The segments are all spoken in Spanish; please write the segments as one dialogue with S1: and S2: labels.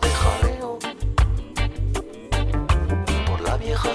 S1: de jaleo. Por la vieja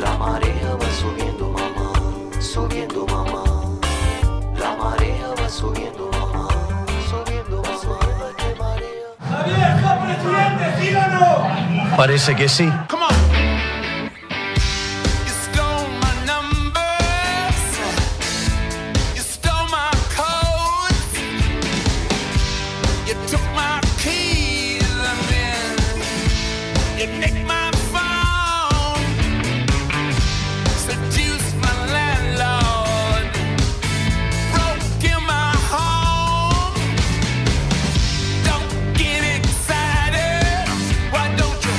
S1: La marea va subiendo, mamá, subiendo, mamá. La marea va subiendo, mamá, subiendo, mamá. Subiendo al que marea.
S2: Parece que sí.
S3: You stole my numbers. You stole my codes. You took my keys and then you nicked my phone. Seduced my landlord. Broke in my home. Don't get excited. Why don't you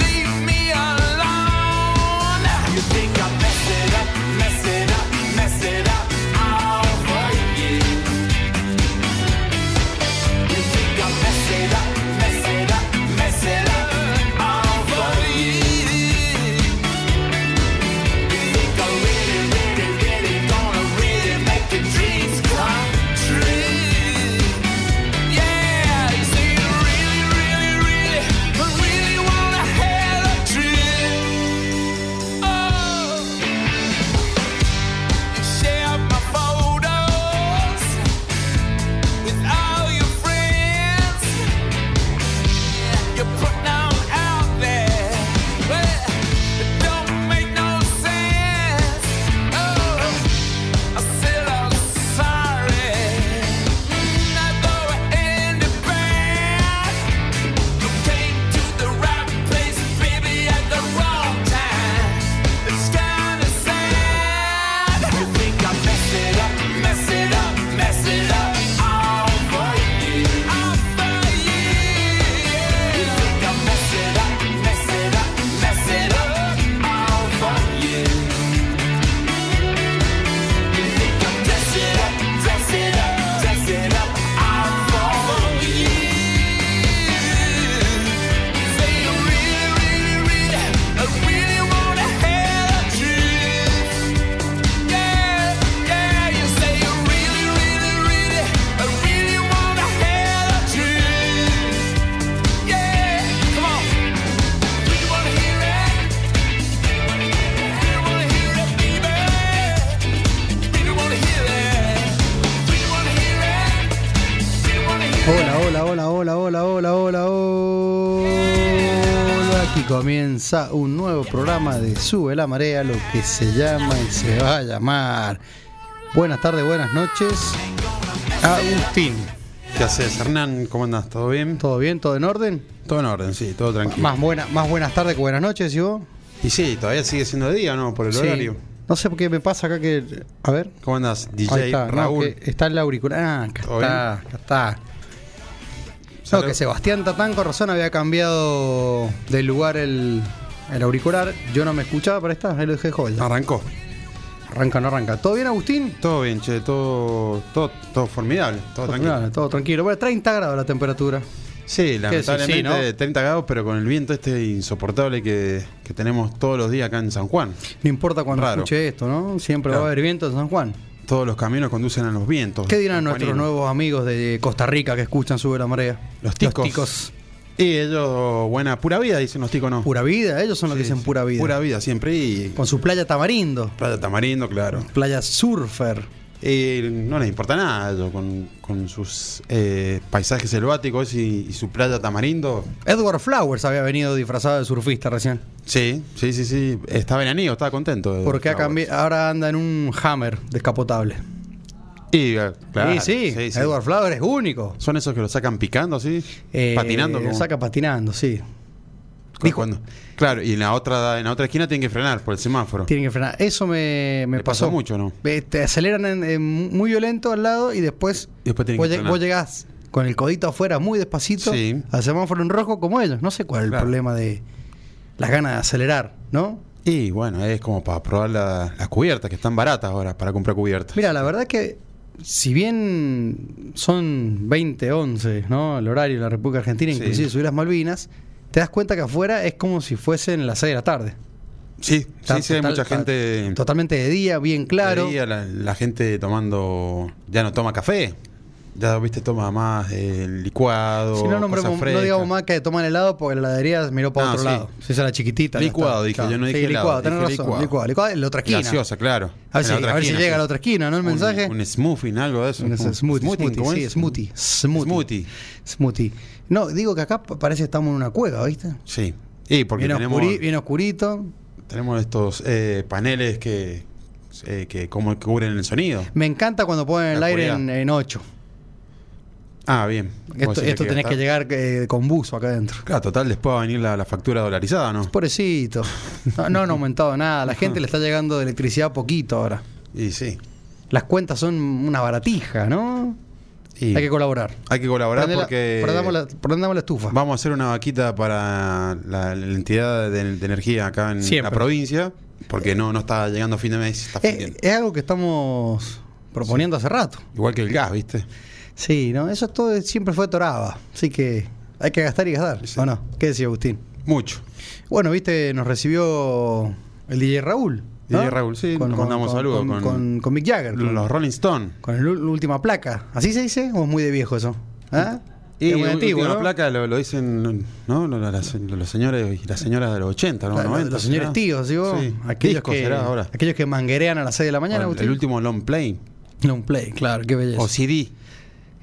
S3: leave me alone? You think I mess it up, mess it up, mess it up all for you. You think I mess it up, mess it up, mess it up all for you. You think I really, really, really gonna really make your dreams come true? Yeah, you say you really, really, really, but really wanna have a trip. Oh, you share my photos with all your friends. You put them out there, but it don't make no sense. Oh, I said I'm sorry. I thought I ended bad. You came to the right place, baby, at the wrong time. It's kinda sad. You think I mess it up, mess it up, mess it up, all for you, all for you. You think I mess it up, mess it up, mess it up, all for you. You think I'm dress it up, dress it up, dress it up, I'll follow you. You say you really, really, really, I really wanna have a trip. Yeah, yeah. You say you really, really, really, I really wanna have a trip. Yeah, come on. Do you wanna hear it? Do you wanna hear it? Do you wanna hear it, baby?
S2: Hola, hola, hola, hola, hola, hola, hola, hola. Aquí comienza un nuevo programa de Sube la Marea, lo que se llama y se va a llamar. Buenas tardes, buenas noches. Ah, Agustín,
S4: ¿Qué haces, Hernán? ¿Cómo andás? ¿Todo bien?
S2: ¿todo bien? ¿Todo en orden?
S4: Todo en orden, sí, todo tranquilo.
S2: Más, buena, más buenas tardes que buenas noches, ¿y vos?
S4: Y sí, todavía sigue siendo de día, ¿no? Por el horario.
S2: Sí. No sé por qué me pasa acá que. A ver.
S4: ¿Cómo andás, DJ
S2: Ahí está, no,
S4: Raúl?
S2: que está el auricular. Ah, acá
S4: ¿Todo bien?
S2: está, acá está. No,
S4: Salud.
S2: que Sebastián Tatán con razón había cambiado de lugar el, el auricular. Yo no me escuchaba, pero ahí está, ahí lo dejé joven.
S4: Arrancó.
S2: Arranca, no arranca. ¿Todo bien, Agustín?
S4: Todo bien, che, todo, todo, todo formidable, todo, tranquilo.
S2: Claro, todo tranquilo. Bueno, 30 grados la temperatura.
S4: Sí, lamentablemente
S2: ¿no?
S4: 30 grados, pero con el viento este insoportable que, que tenemos todos los días acá en San Juan.
S2: No importa cuando
S4: Raro.
S2: escuche esto, ¿no? Siempre
S4: Claro.
S2: va a haber viento en San Juan.
S4: Todos los caminos conducen a los vientos.
S2: ¿Qué dirán
S4: Juanino.
S2: nuestros nuevos amigos de Costa Rica que escuchan Sube la Marea?
S4: Los ticos. Y ellos, buena, pura vida, dicen los ticos, ¿no?
S2: Pura vida, ellos son los que
S4: Sí,
S2: dicen
S4: sí,
S2: pura vida.
S4: Pura vida siempre y
S2: Con su playa Tamarindo,
S4: playa tamarindo, claro.
S2: playa surfer.
S4: eh, no les importa nada ellos, con, con sus eh, paisajes selváticos y, y su playa tamarindo.
S2: Edward Flowers había venido disfrazado de surfista recién.
S4: Sí, sí, sí, sí. Estaba enanido, estaba contento. de-
S2: Porque ha cambi- ahora anda en un hammer descapotable.
S4: Y, eh, claro,
S2: sí, sí,
S4: sí.
S2: Edward Flowers es único.
S4: Son esos que lo sacan picando así,
S2: Eh,
S4: patinando.
S2: lo
S4: como-
S2: saca patinando, sí.
S4: cu- cuando- claro, y en la otra en la otra esquina tienen que frenar por el semáforo.
S2: Tienen que frenar. Eso me, me
S4: Le
S2: pasó.
S4: pasó mucho, ¿no?
S2: Eh, te aceleran en- en muy violento al lado y después,
S4: Después tienen
S2: vos,
S4: que
S2: lleg-
S4: frenar.
S2: vos llegás con el codito afuera muy despacito
S4: Sí.
S2: al semáforo en rojo como ellos. No sé cuál es el
S4: Claro.
S2: problema de las ganas de acelerar, ¿no?
S4: Y bueno, es como para probar la- las cubiertas, que están baratas ahora para comprar cubiertas.
S2: Mira, la verdad que si bien son 20, 11, ¿no? El horario de la República Argentina,
S4: Sí.
S2: inclusive subir las Malvinas, te das cuenta que afuera es como si fuesen las 6 de la tarde.
S4: sí,
S2: Está
S4: sí, sí, hay
S2: total-
S4: mucha
S2: está
S4: gente.
S2: Totalmente de día, bien claro.
S4: Veía la, la gente tomando. Ya no toma café. Ya, viste, toma más eh, licuado.
S2: Si no
S4: cosas
S2: nombremos, no
S4: frescas.
S2: digamos más que toman helado porque la heladería miró para
S4: No,
S2: otro
S4: Ah, sí.
S2: lado. Se hizo la chiquitita. ya está.
S4: Licuado, dije,
S2: Claro.
S4: yo no dije
S2: sí,
S4: helado,
S2: licuado, tenés
S4: dije
S2: razón.
S4: licuado.
S2: Licuado. licuado, en la otra esquina.
S4: Gaseosa, claro.
S2: A ver
S4: En
S2: si,
S4: la otra
S2: a ver si
S4: esquina,
S2: llega
S4: sí.
S2: a la otra esquina, ¿no? El
S4: Un-
S2: mensaje.
S4: Un, smoothie, algo de eso.
S2: Un smoothie, smoothie,
S4: ¿cómo
S2: sí,
S4: es?
S2: smoothie, smoothie.
S4: Smoothie.
S2: Smoothie. No, digo que acá pa- parece que estamos en una cueva, ¿viste?
S4: Sí. Y porque
S2: bien,
S4: tenemos,
S2: oscuri- bien oscurito.
S4: tenemos estos eh, paneles que, eh, que como que cubren el sonido.
S2: Me encanta cuando ponen el
S4: La
S2: aire
S4: oscuridad.
S2: en, en 8.
S4: Ah, bien. Vos
S2: Esto,
S4: decís
S2: esto tenés
S4: está-
S2: que llegar eh, con buzo acá adentro.
S4: Claro, total, después va a venir la, la factura dolarizada, ¿no?
S2: Pobrecito. No, no han aumentado nada. La gente le está llegando de electricidad poquito ahora.
S4: Y sí.
S2: Las cuentas son una baratija, ¿no?
S4: Y
S2: Hay que colaborar.
S4: hay que colaborar
S2: Prende la-
S4: porque.
S2: prendamos la, prendamos la estufa.
S4: Vamos a hacer una vaquita para la, la entidad de, de energía acá en
S2: Siempre. Eh,
S4: la provincia, porque no, no está llegando fin de mes. Está fin
S2: Es,
S4: de-
S2: es algo que estamos proponiendo hace rato.
S4: Igual que el gas, ¿viste?
S2: Sí, ¿no? Eso todo es- siempre fue toraba. Así que hay que gastar y gastar,
S4: Sí.
S2: ¿o no? ¿Qué decía Agustín?
S4: Mucho.
S2: Bueno, viste, nos recibió el DJ Raúl. ¿no?
S4: DJ Raúl, sí, nos mandamos saludos
S2: Con,
S4: con-
S2: con- con Mick Jagger. Con,
S4: Los Rolling Stone.
S2: con el ul- última placa. ¿Así se dice? ¿O es muy de viejo eso? ¿Ah? es muy
S4: u-
S2: antiguo,
S4: última
S2: ¿no?
S4: placa lo, lo dicen ¿no? Lo- lo- las- los señores y las señoras de los 80, ¿no?
S2: Claro,
S4: 90,
S2: los señores
S4: ¿será?
S2: tíos, digo.
S4: Sí.
S2: Aquellos,
S4: Disco
S2: que,
S4: será ahora.
S2: aquellos que manguerean a las 6 de la mañana.
S4: O el,
S2: Agustín.
S4: el último long play
S2: Long play, claro, qué belleza.
S4: o CD.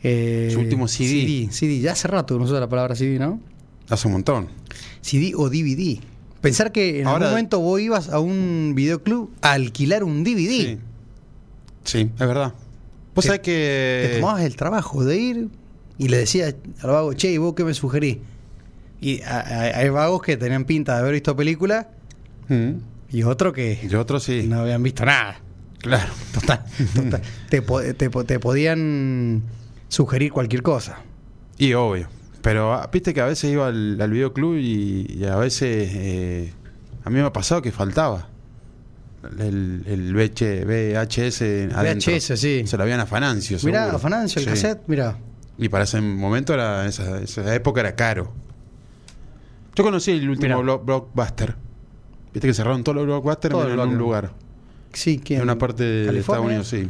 S2: Eh,
S4: Su último CD.
S2: CD, ya hace rato que no se usa la palabra CD, ¿no?
S4: Hace un montón.
S2: CD o DVD. Pensar que en
S4: Ahora-
S2: algún momento vos ibas a un videoclub a alquilar un DVD.
S4: Sí. Sí, es verdad. Vos
S2: Te-
S4: sabés que.
S2: Te tomabas el trabajo de ir y le decías al vago, che, ¿y vos qué me sugerís? Y a- a- hay vagos que tenían pinta de haber visto película
S4: Mm.
S2: y otro que
S4: Y otro sí.
S2: no habían visto nada.
S4: Claro.
S2: Total, total. te, po- te po- te podían sugerir cualquier cosa.
S4: Y obvio. Pero ah, viste que a veces iba al, al videoclub y, y a veces eh, a mí me ha pasado que faltaba el, el VH VHS adentro.
S2: VHS, sí.
S4: Se lo habían a Fanancio.
S2: Mirá,
S4: seguro.
S2: a Fanancio, el
S4: Sí.
S2: cassette, mirá.
S4: Y para ese momento, era, esa, esa época era caro. Yo conocí el
S2: Mirá.
S4: último blo- blockbuster. Viste que cerraron todos los blockbusters
S2: Todo
S4: menos
S2: el
S4: en un
S2: Blockbuster.
S4: lugar.
S2: Sí, ¿quién?
S4: En una parte de Estados
S2: ¿California?
S4: Unidos, sí.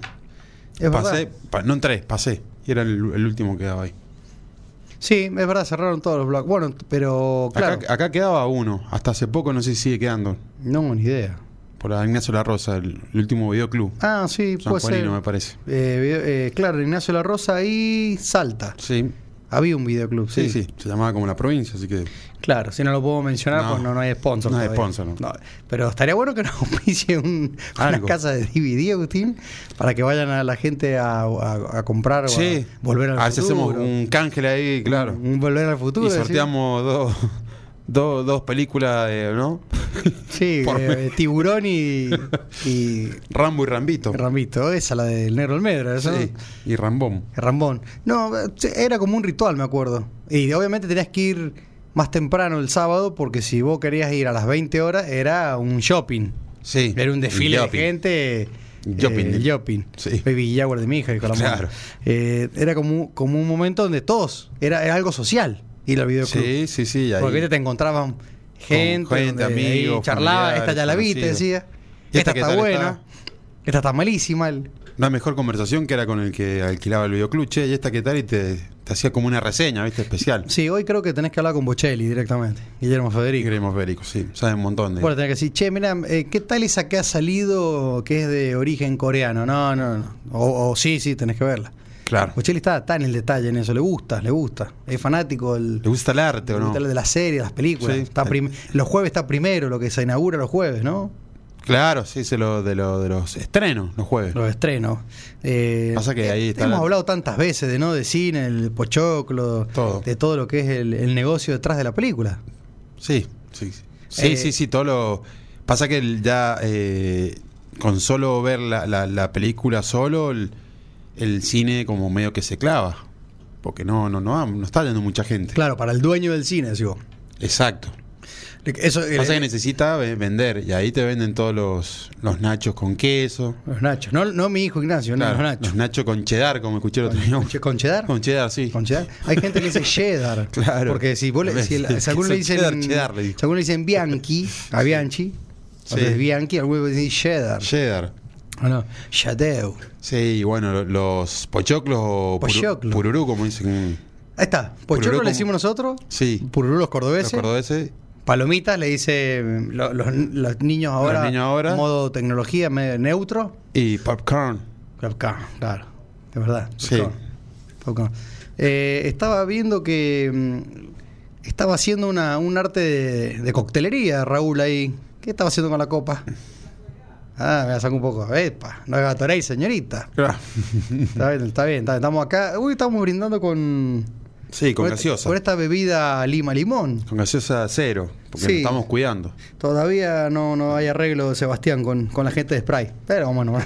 S2: Es
S4: pasé,
S2: verdad.
S4: pa- no entré, pasé. Y era el, el último que daba ahí.
S2: Sí, es verdad, cerraron todos los blogs. Bueno, pero claro.
S4: Acá, acá quedaba uno. Hasta hace poco, no sé si sigue quedando.
S2: No, ni idea.
S4: Por la Ignacio La Rosa, el, el último videoclub.
S2: Ah, sí,
S4: San
S2: puede ser.
S4: Juanino, me parece.
S2: Eh, video- eh, claro, Ignacio La Rosa y Salta.
S4: Sí,
S2: Había un videoclub,
S4: sí,
S2: sí.
S4: sí. Se llamaba como la provincia, así que.
S2: Claro, si no lo puedo mencionar,
S4: No.
S2: pues no, no hay sponsor.
S4: No hay
S2: todavía.
S4: sponsor, no.
S2: Pero estaría bueno que nos auspicie un- una
S4: Algo.
S2: casa de DVD, Agustín, para que vayan a la gente a, a- a comprar o
S4: sí.
S2: a volver al
S4: a ver si
S2: futuro.
S4: hacemos un canje ahí, claro.
S2: un volver al futuro.
S4: Y
S2: decir.
S4: sorteamos dos, dos, dos películas, eh, ¿no?
S2: Sí,
S4: por
S2: eh,
S4: mes.
S2: tiburón y, y
S4: Rambo y Rambito.
S2: Rambito, esa la del Negro Almendra, ¿eso?
S4: Sí, Y Rambón.
S2: Rambón. No, era como un ritual, me acuerdo. Y obviamente tenías que ir más temprano el sábado, porque si vos querías ir a las 20 horas, era un shopping.
S4: Sí.
S2: Era un desfile
S4: Yopi.
S2: de gente.
S4: Shopping.
S2: eh, shopping.
S4: Sí.
S2: Baby Jaguar de mi hija, dijo la mamá.
S4: Claro.
S2: Eh, era como, como un momento donde todos, era, era algo social ir al videoclub.
S4: Sí, sí, sí. ahí.
S2: Porque viste, te encontraban gente,
S4: Con gente,
S2: donde ahí
S4: amigos,
S2: charlaba,
S4: familiares,
S2: esta ya la vi, te
S4: conocidos.
S2: decía. Esta,
S4: ¿Y esta qué
S2: está
S4: tal
S2: buena.
S4: está?
S2: Esta está malísima. el-
S4: una mejor conversación que era con el que alquilaba el videoclub, che, y esta qué tal, y te, te hacía como una reseña, ¿viste? Especial.
S2: Sí, hoy creo que tenés que hablar con Bocelli directamente, Guillermo
S4: Y
S2: Federico.
S4: creemos Bérico, sí, sabe un montón de.
S2: Bueno, tenés que decir, che, mira, eh, ¿qué tal esa que ha salido que es de origen coreano? No, no, no. O, o sí, sí, tenés que verla.
S4: claro.
S2: Bocelli está tan en el detalle en eso, le gusta, le gusta. Es fanático del,
S4: ¿Le gusta el arte o no?
S2: de la serie, de las películas.
S4: Sí.
S2: Está prim- los jueves está primero, lo que se inaugura los jueves, ¿no?
S4: Claro, sí, se lo, de, lo, de los estrenos, los jueves.
S2: Los estrenos. Eh,
S4: Pasa que ahí
S2: eh,
S4: está
S2: hemos
S4: la-
S2: hablado tantas veces de no de cine, el pochoclo,
S4: Todo.
S2: de todo lo que es el, el negocio detrás de la película.
S4: Sí, sí. Sí, sí,
S2: Eh,
S4: sí, sí, todo lo. Pasa que el- ya eh, con solo ver la, la- la película solo, el, el cine como medio que se clava. Porque no, no, no, va- no está yendo mucha gente.
S2: Claro, para el dueño del cine, digo.
S4: Exacto.
S2: Eso, eh,
S4: Pasa que necesita ve- vender. Y ahí te venden todos los, los nachos con queso.
S2: los nachos. No, no mi hijo Ignacio, no,
S4: Claro,
S2: los nachos.
S4: con cheddar, como escuché el otro día.
S2: ¿Con che- ¿Con cheddar?
S4: Con cheddar, sí.
S2: Con cheddar. Hay gente que le dice cheddar.
S4: Claro.
S2: Porque si, vos le, si, el- si alguno le dicen.
S4: Cheddar, cheddar, le dijo.
S2: si alguno le dicen Bianchi, a Bianchi,
S4: Sí.
S2: o sea, es Bianchi, alguno le dice cheddar.
S4: Cheddar.
S2: O no, Shadeu.
S4: Sí, y bueno, lo- los pochoclos o puru-
S2: Pochoclo.
S4: pururú, como dicen
S2: Ahí está.
S4: Pururú
S2: Pochoclo
S4: como-
S2: le decimos nosotros.
S4: Sí.
S2: Pururú los cordobeses.
S4: los cordobeses.
S2: Palomitas le dice mm, lo- los, los niños ahora.
S4: niños ahora.
S2: Modo tecnología medio neutro.
S4: Y popcorn.
S2: Popcorn, claro. De verdad.
S4: Sí.
S2: popcorn, popcorn. Eh, estaba viendo que mm, estaba haciendo una, un arte de, de coctelería, Raúl, ahí. ¿Qué estaba haciendo con la copa? Ah, me la saco un poco. Epa, no gatoréis, señorita. Está bien, está bien, está bien. Estamos acá. Uy, estamos brindando con.
S4: Sí, con
S2: este-
S4: gaseosa.
S2: con esta bebida lima limón.
S4: Con gaseosa cero, porque
S2: Sí.
S4: nos estamos cuidando.
S2: Todavía no, no hay arreglo, Sebastián, con, con la gente de Spray. Pero vamos nomás.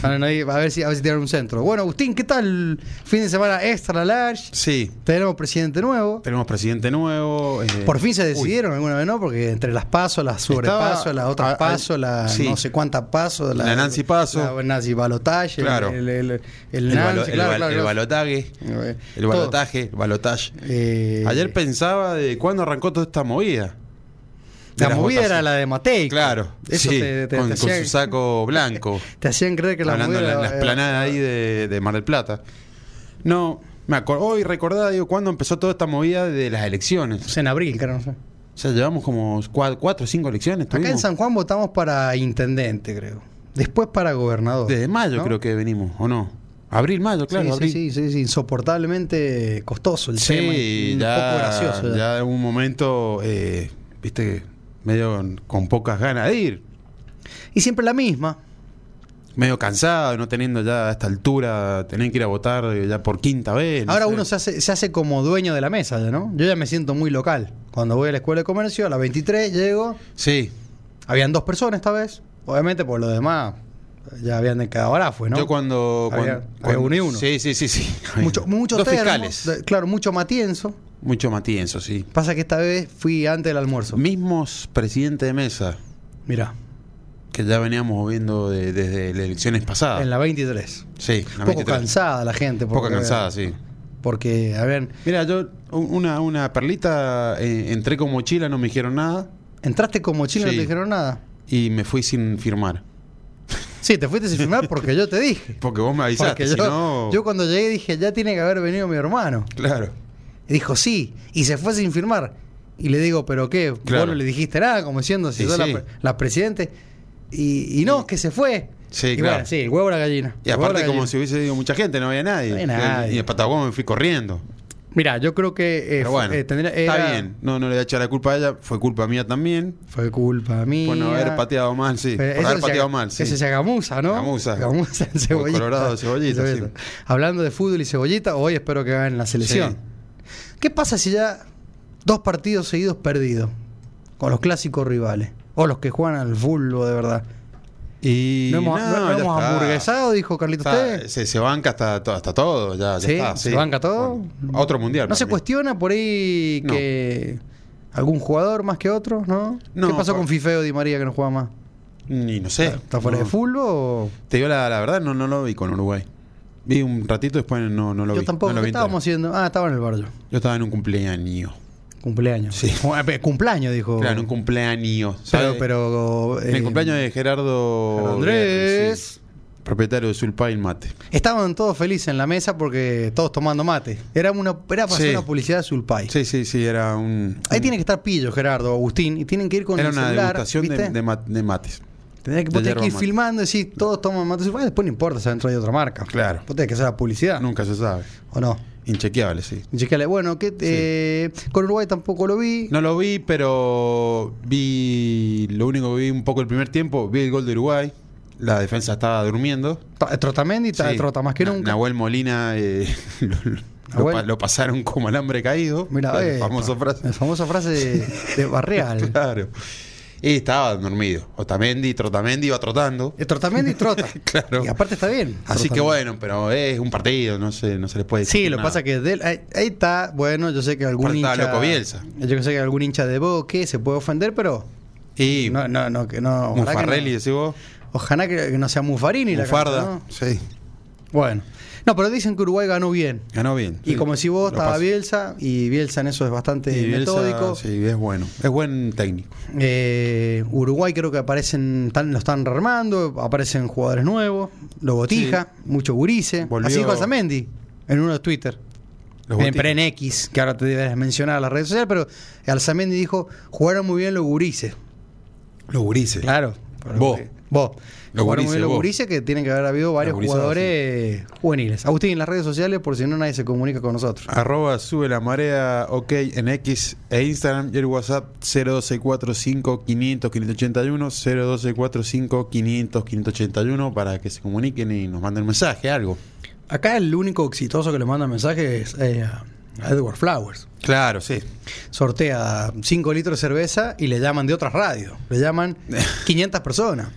S2: Bueno, no hay- a ver si a ver si tiran un centro. Bueno, Agustín, ¿qué tal? Fin de semana extra large.
S4: Sí,
S2: Tenemos presidente nuevo.
S4: tenemos presidente nuevo. eh,
S2: Por fin se
S4: uy,
S2: decidieron alguna vez, ¿no? Porque entre las pasos, las sobrepasos,
S4: Estaba-
S2: las otras
S4: a- a-
S2: pasos, las
S4: sí.
S2: no sé cuántas pasos.
S4: La Nancy Paso.
S2: La Nancy Balotaje.
S4: Claro.
S2: El, el, el,
S4: El,
S2: el Nancy,
S4: balo- el
S2: claro,
S4: bal-
S2: claro,
S4: el
S2: claro.
S4: balotaje.
S2: Eh,
S4: El
S2: todo.
S4: balotaje, el balotaje.
S2: Eh,
S4: Ayer pensaba de cuándo arrancó toda esta movida. De
S2: La
S4: las
S2: movida
S4: votaciones.
S2: era la de Matei.
S4: Claro,
S2: Eso
S4: sí,
S2: te, te-
S4: con,
S2: te
S4: con
S2: hacían-
S4: su saco blanco.
S2: Te hacían creer que la
S4: hablando en
S2: movida
S4: la, en la
S2: era-
S4: esplanada ahí de, de Mar del Plata. No, me acor- hoy recordaba, digo, cuándo empezó toda esta movida de las elecciones.
S2: Pues en abril, creo, no sé.
S4: O sea, llevamos como cua- cuatro o cinco elecciones.
S2: Acá en
S4: tuvimos.
S2: San Juan votamos para intendente, creo. Después para gobernador.
S4: Desde mayo
S2: ¿no?
S4: creo que venimos, ¿o no? Abril, mayo, claro,
S2: sí,
S4: abril.
S2: sí, sí, sí, sí, insoportablemente costoso el tema. y
S4: Sí,
S2: Un
S4: ya,
S2: poco gracioso. ya.
S4: ya en un momento, eh, viste, medio con pocas ganas de ir,
S2: Y siempre la misma.
S4: medio cansado, no teniendo ya a esta altura, tener que ir a votar eh, ya por quinta vez. no
S2: Ahora
S4: sé.
S2: uno se hace, se hace como dueño de la mesa, ya, ¿no? Yo ya me siento muy local. Cuando voy a la escuela de comercio, a las 23 llego,
S4: Sí,
S2: habían dos personas esta vez. Obviamente por lo demás, ya habían de cada hora, fue, ¿no?
S4: yo cuando...
S2: Había-
S4: cuando-
S2: había
S4: cuando-
S2: uno y uno.
S4: Sí, sí, sí, sí.
S2: Mucho, mucho
S4: Dos
S2: termo,
S4: fiscales.
S2: de- claro, mucho matienzo.
S4: Mucho matienzo, sí.
S2: Pasa que esta vez fui antes del almuerzo.
S4: Mismos presidente de mesa
S2: Mirá,
S4: que ya veníamos viendo de- desde las elecciones pasadas.
S2: en la 23.
S4: sí, Ah. la
S2: poco
S4: 23.
S2: cansada la gente.
S4: Poco
S2: porque-
S4: cansada, sí.
S2: Porque, a ver,
S4: Mira, yo un- una, una perlita, eh, entré con mochila, no me dijeron nada
S2: entraste con mochila y no
S4: Sí.
S2: te dijeron nada.
S4: y me fui sin firmar.
S2: Sí, te fuiste sin firmar porque yo te dije.
S4: Porque vos me
S2: Porque
S4: avisaste,
S2: yo,
S4: si no...
S2: yo cuando llegué dije, ya tiene que haber venido mi hermano.
S4: Claro.
S2: Y dijo, sí, y se fue sin firmar. Y le digo, ¿pero qué?
S4: Claro.
S2: ¿Vos no le dijiste nada? Como diciendo, si
S4: Y
S2: sos la
S4: sí.
S2: pre- la, presidente. Y, y no, que se fue.
S4: Sí,
S2: y
S4: claro.
S2: bueno, sí, el huevo o la gallina.
S4: Y
S2: El huevo o la
S4: aparte como
S2: gallina.
S4: si hubiese ido mucha gente, no había nadie.
S2: No había nadie.
S4: Y de Patagón me fui corriendo.
S2: Mira, yo creo que... eh,
S4: Pero
S2: fue-
S4: bueno,
S2: eh, tendría-
S4: está
S2: era-
S4: bien. No, no le voy a echar la culpa a ella, fue culpa mía también.
S2: Fue culpa mía.
S4: Por no haber pateado mal, sí.
S2: Pero
S4: por
S2: eso
S4: haber
S2: se
S4: pateado
S2: aga-
S4: mal, sí.
S2: Eso es agamusa, ¿no?
S4: Gamuza.
S2: Gamuza en
S4: Por
S2: cebollita.
S4: Colorado de Cebollita, sí.
S2: Hablando de fútbol y cebollita, hoy espero que ganen la selección. ¿Qué pasa si ya dos partidos seguidos perdidos con los clásicos rivales? O los que juegan al fútbol de verdad.
S4: Y
S2: no hemos, no
S4: ya
S2: hemos
S4: está.
S2: hamburguesado, dijo Carlitos
S4: Está-
S2: Tevez.
S4: se, se banca hasta, to- hasta todo, ya, ya
S2: Sí,
S4: está,
S2: se banca todo.
S4: Bueno, otro mundial.
S2: No
S4: para
S2: se
S4: mí.
S2: cuestiona por ahí
S4: No.
S2: que algún jugador más que otro, ¿no?
S4: No,
S2: ¿Qué pasó
S4: por-
S2: con Fifeo Di María que no juega más?
S4: Ni no sé.
S2: ¿Está fuera
S4: No.
S2: de fútbol o.?
S4: Te digo la, la verdad, no, no lo vi con Uruguay. Vi un ratito después no, no lo
S2: Yo
S4: vi.
S2: tampoco.
S4: no lo
S2: ¿Qué
S4: vi
S2: estábamos haciendo? Ah, estaba en el barrio.
S4: entero. Yo estaba en un cumpleaños.
S2: Cumpleaños.
S4: Sí.
S2: Bueno, pe- Cumpleaños, dijo.
S4: Claro, en un cumpleaños.
S2: pero,
S4: ¿sabes?
S2: pero,
S4: En el
S2: eh,
S4: cumpleaños de Gerardo
S2: Gerardo Andrés.
S4: Berri, sí. propietario de Zulpa y el mate.
S2: Estaban todos felices en la mesa porque todos tomando mate. Era una, era para
S4: Sí.
S2: hacer una publicidad de Zulpay.
S4: Sí, sí, sí, era un.
S2: Ahí
S4: un-
S2: tiene que estar Pillo, Gerardo, Agustín, y tienen que ir con
S4: era
S2: el
S4: una
S2: celular,
S4: degustación de,
S2: ¿viste?
S4: de ma- de mates.
S2: Tenés que,
S4: de
S2: vos tenés
S4: yerba
S2: que ir
S4: mate.
S2: filmando y decir, todos toman mate Zulpay, después no importa si dentro de otra marca.
S4: Claro.
S2: Vos tenés que hacer la publicidad,
S4: Nunca se sabe.
S2: ¿o no?
S4: Inchequeable, sí.
S2: Y chequeale, bueno, que, eh, con Uruguay tampoco lo vi.
S4: No lo vi, pero vi. Lo único que vi un poco el primer tiempo, vi el gol de Uruguay. La defensa estaba durmiendo.
S2: Ta- Trotamendi está
S4: Sí.
S2: trota más que
S4: Na-
S2: nunca.
S4: Nahuel Molina eh, lo, lo-
S2: Nahuel.
S4: pa- lo pasaron como alambre caído.
S2: Mira,
S4: la
S2: eh,
S4: famosa
S2: pa-
S4: frase.
S2: La famosa frase de, de Barreal.
S4: Claro. Y estaba dormido. Otamendi, Trotamendi iba trotando.
S2: Eh, Trotamendi trota.
S4: Claro.
S2: Y aparte está bien.
S4: Así que
S2: Trotamendi.
S4: bueno, pero es un partido, no se, no se les puede decir.
S2: Sí, lo que
S4: nada.
S2: pasa que del- ahí, ahí está, bueno, yo sé que algún
S4: Aparte estaba
S2: hincha.
S4: loco Bielsa.
S2: Yo sé que algún hincha de Boque se puede ofender, pero.
S4: Y
S2: No, no, no, que no. ojalá que
S4: Mufarrelli,
S2: no-
S4: decís vos.
S2: Ojalá que, que no sea Mufarini
S4: Mufarda.
S2: la cancha, ¿no?
S4: Sí.
S2: Bueno. No, pero dicen que Uruguay ganó bien.
S4: Ganó bien.
S2: Y
S4: Sí.
S2: como si vos
S4: Lo
S2: estaba
S4: pasó.
S2: Bielsa, y Bielsa en eso es bastante
S4: Y Bielsa,
S2: metódico.
S4: Sí, es bueno. Es buen técnico.
S2: Eh, Uruguay creo que aparecen, tan- lo están armando, aparecen jugadores nuevos, Lobotija, mucho gurice.
S4: Volvió-
S2: Así dijo Alzamendi en uno de Twitter.
S4: Los
S2: en,
S4: botitas.
S2: pero en X, que ahora te debes mencionar a las redes sociales, pero Alzamendi dijo, jugaron muy bien los gurises.
S4: Los gurises.
S2: Claro.
S4: Vos.
S2: Vos.
S4: Los
S2: jugaron muy
S4: gurises,
S2: bien los
S4: vos.
S2: gurises que tienen que haber habido varios
S4: gurizadas,
S2: jugadores juveniles. Agustín, las redes sociales, por si no nadie se comunica con nosotros.
S4: Arroba sube la marea ok en X e Instagram y el WhatsApp 02645 500 581 02645 500 581 para que se comuniquen y nos manden un mensaje, algo.
S2: Acá el único exitoso que le manda mensaje es eh, a a Edward Flowers.
S4: Claro, sí.
S2: sortea 5 litros de cerveza y le llaman de otras radios. Le llaman 500 personas.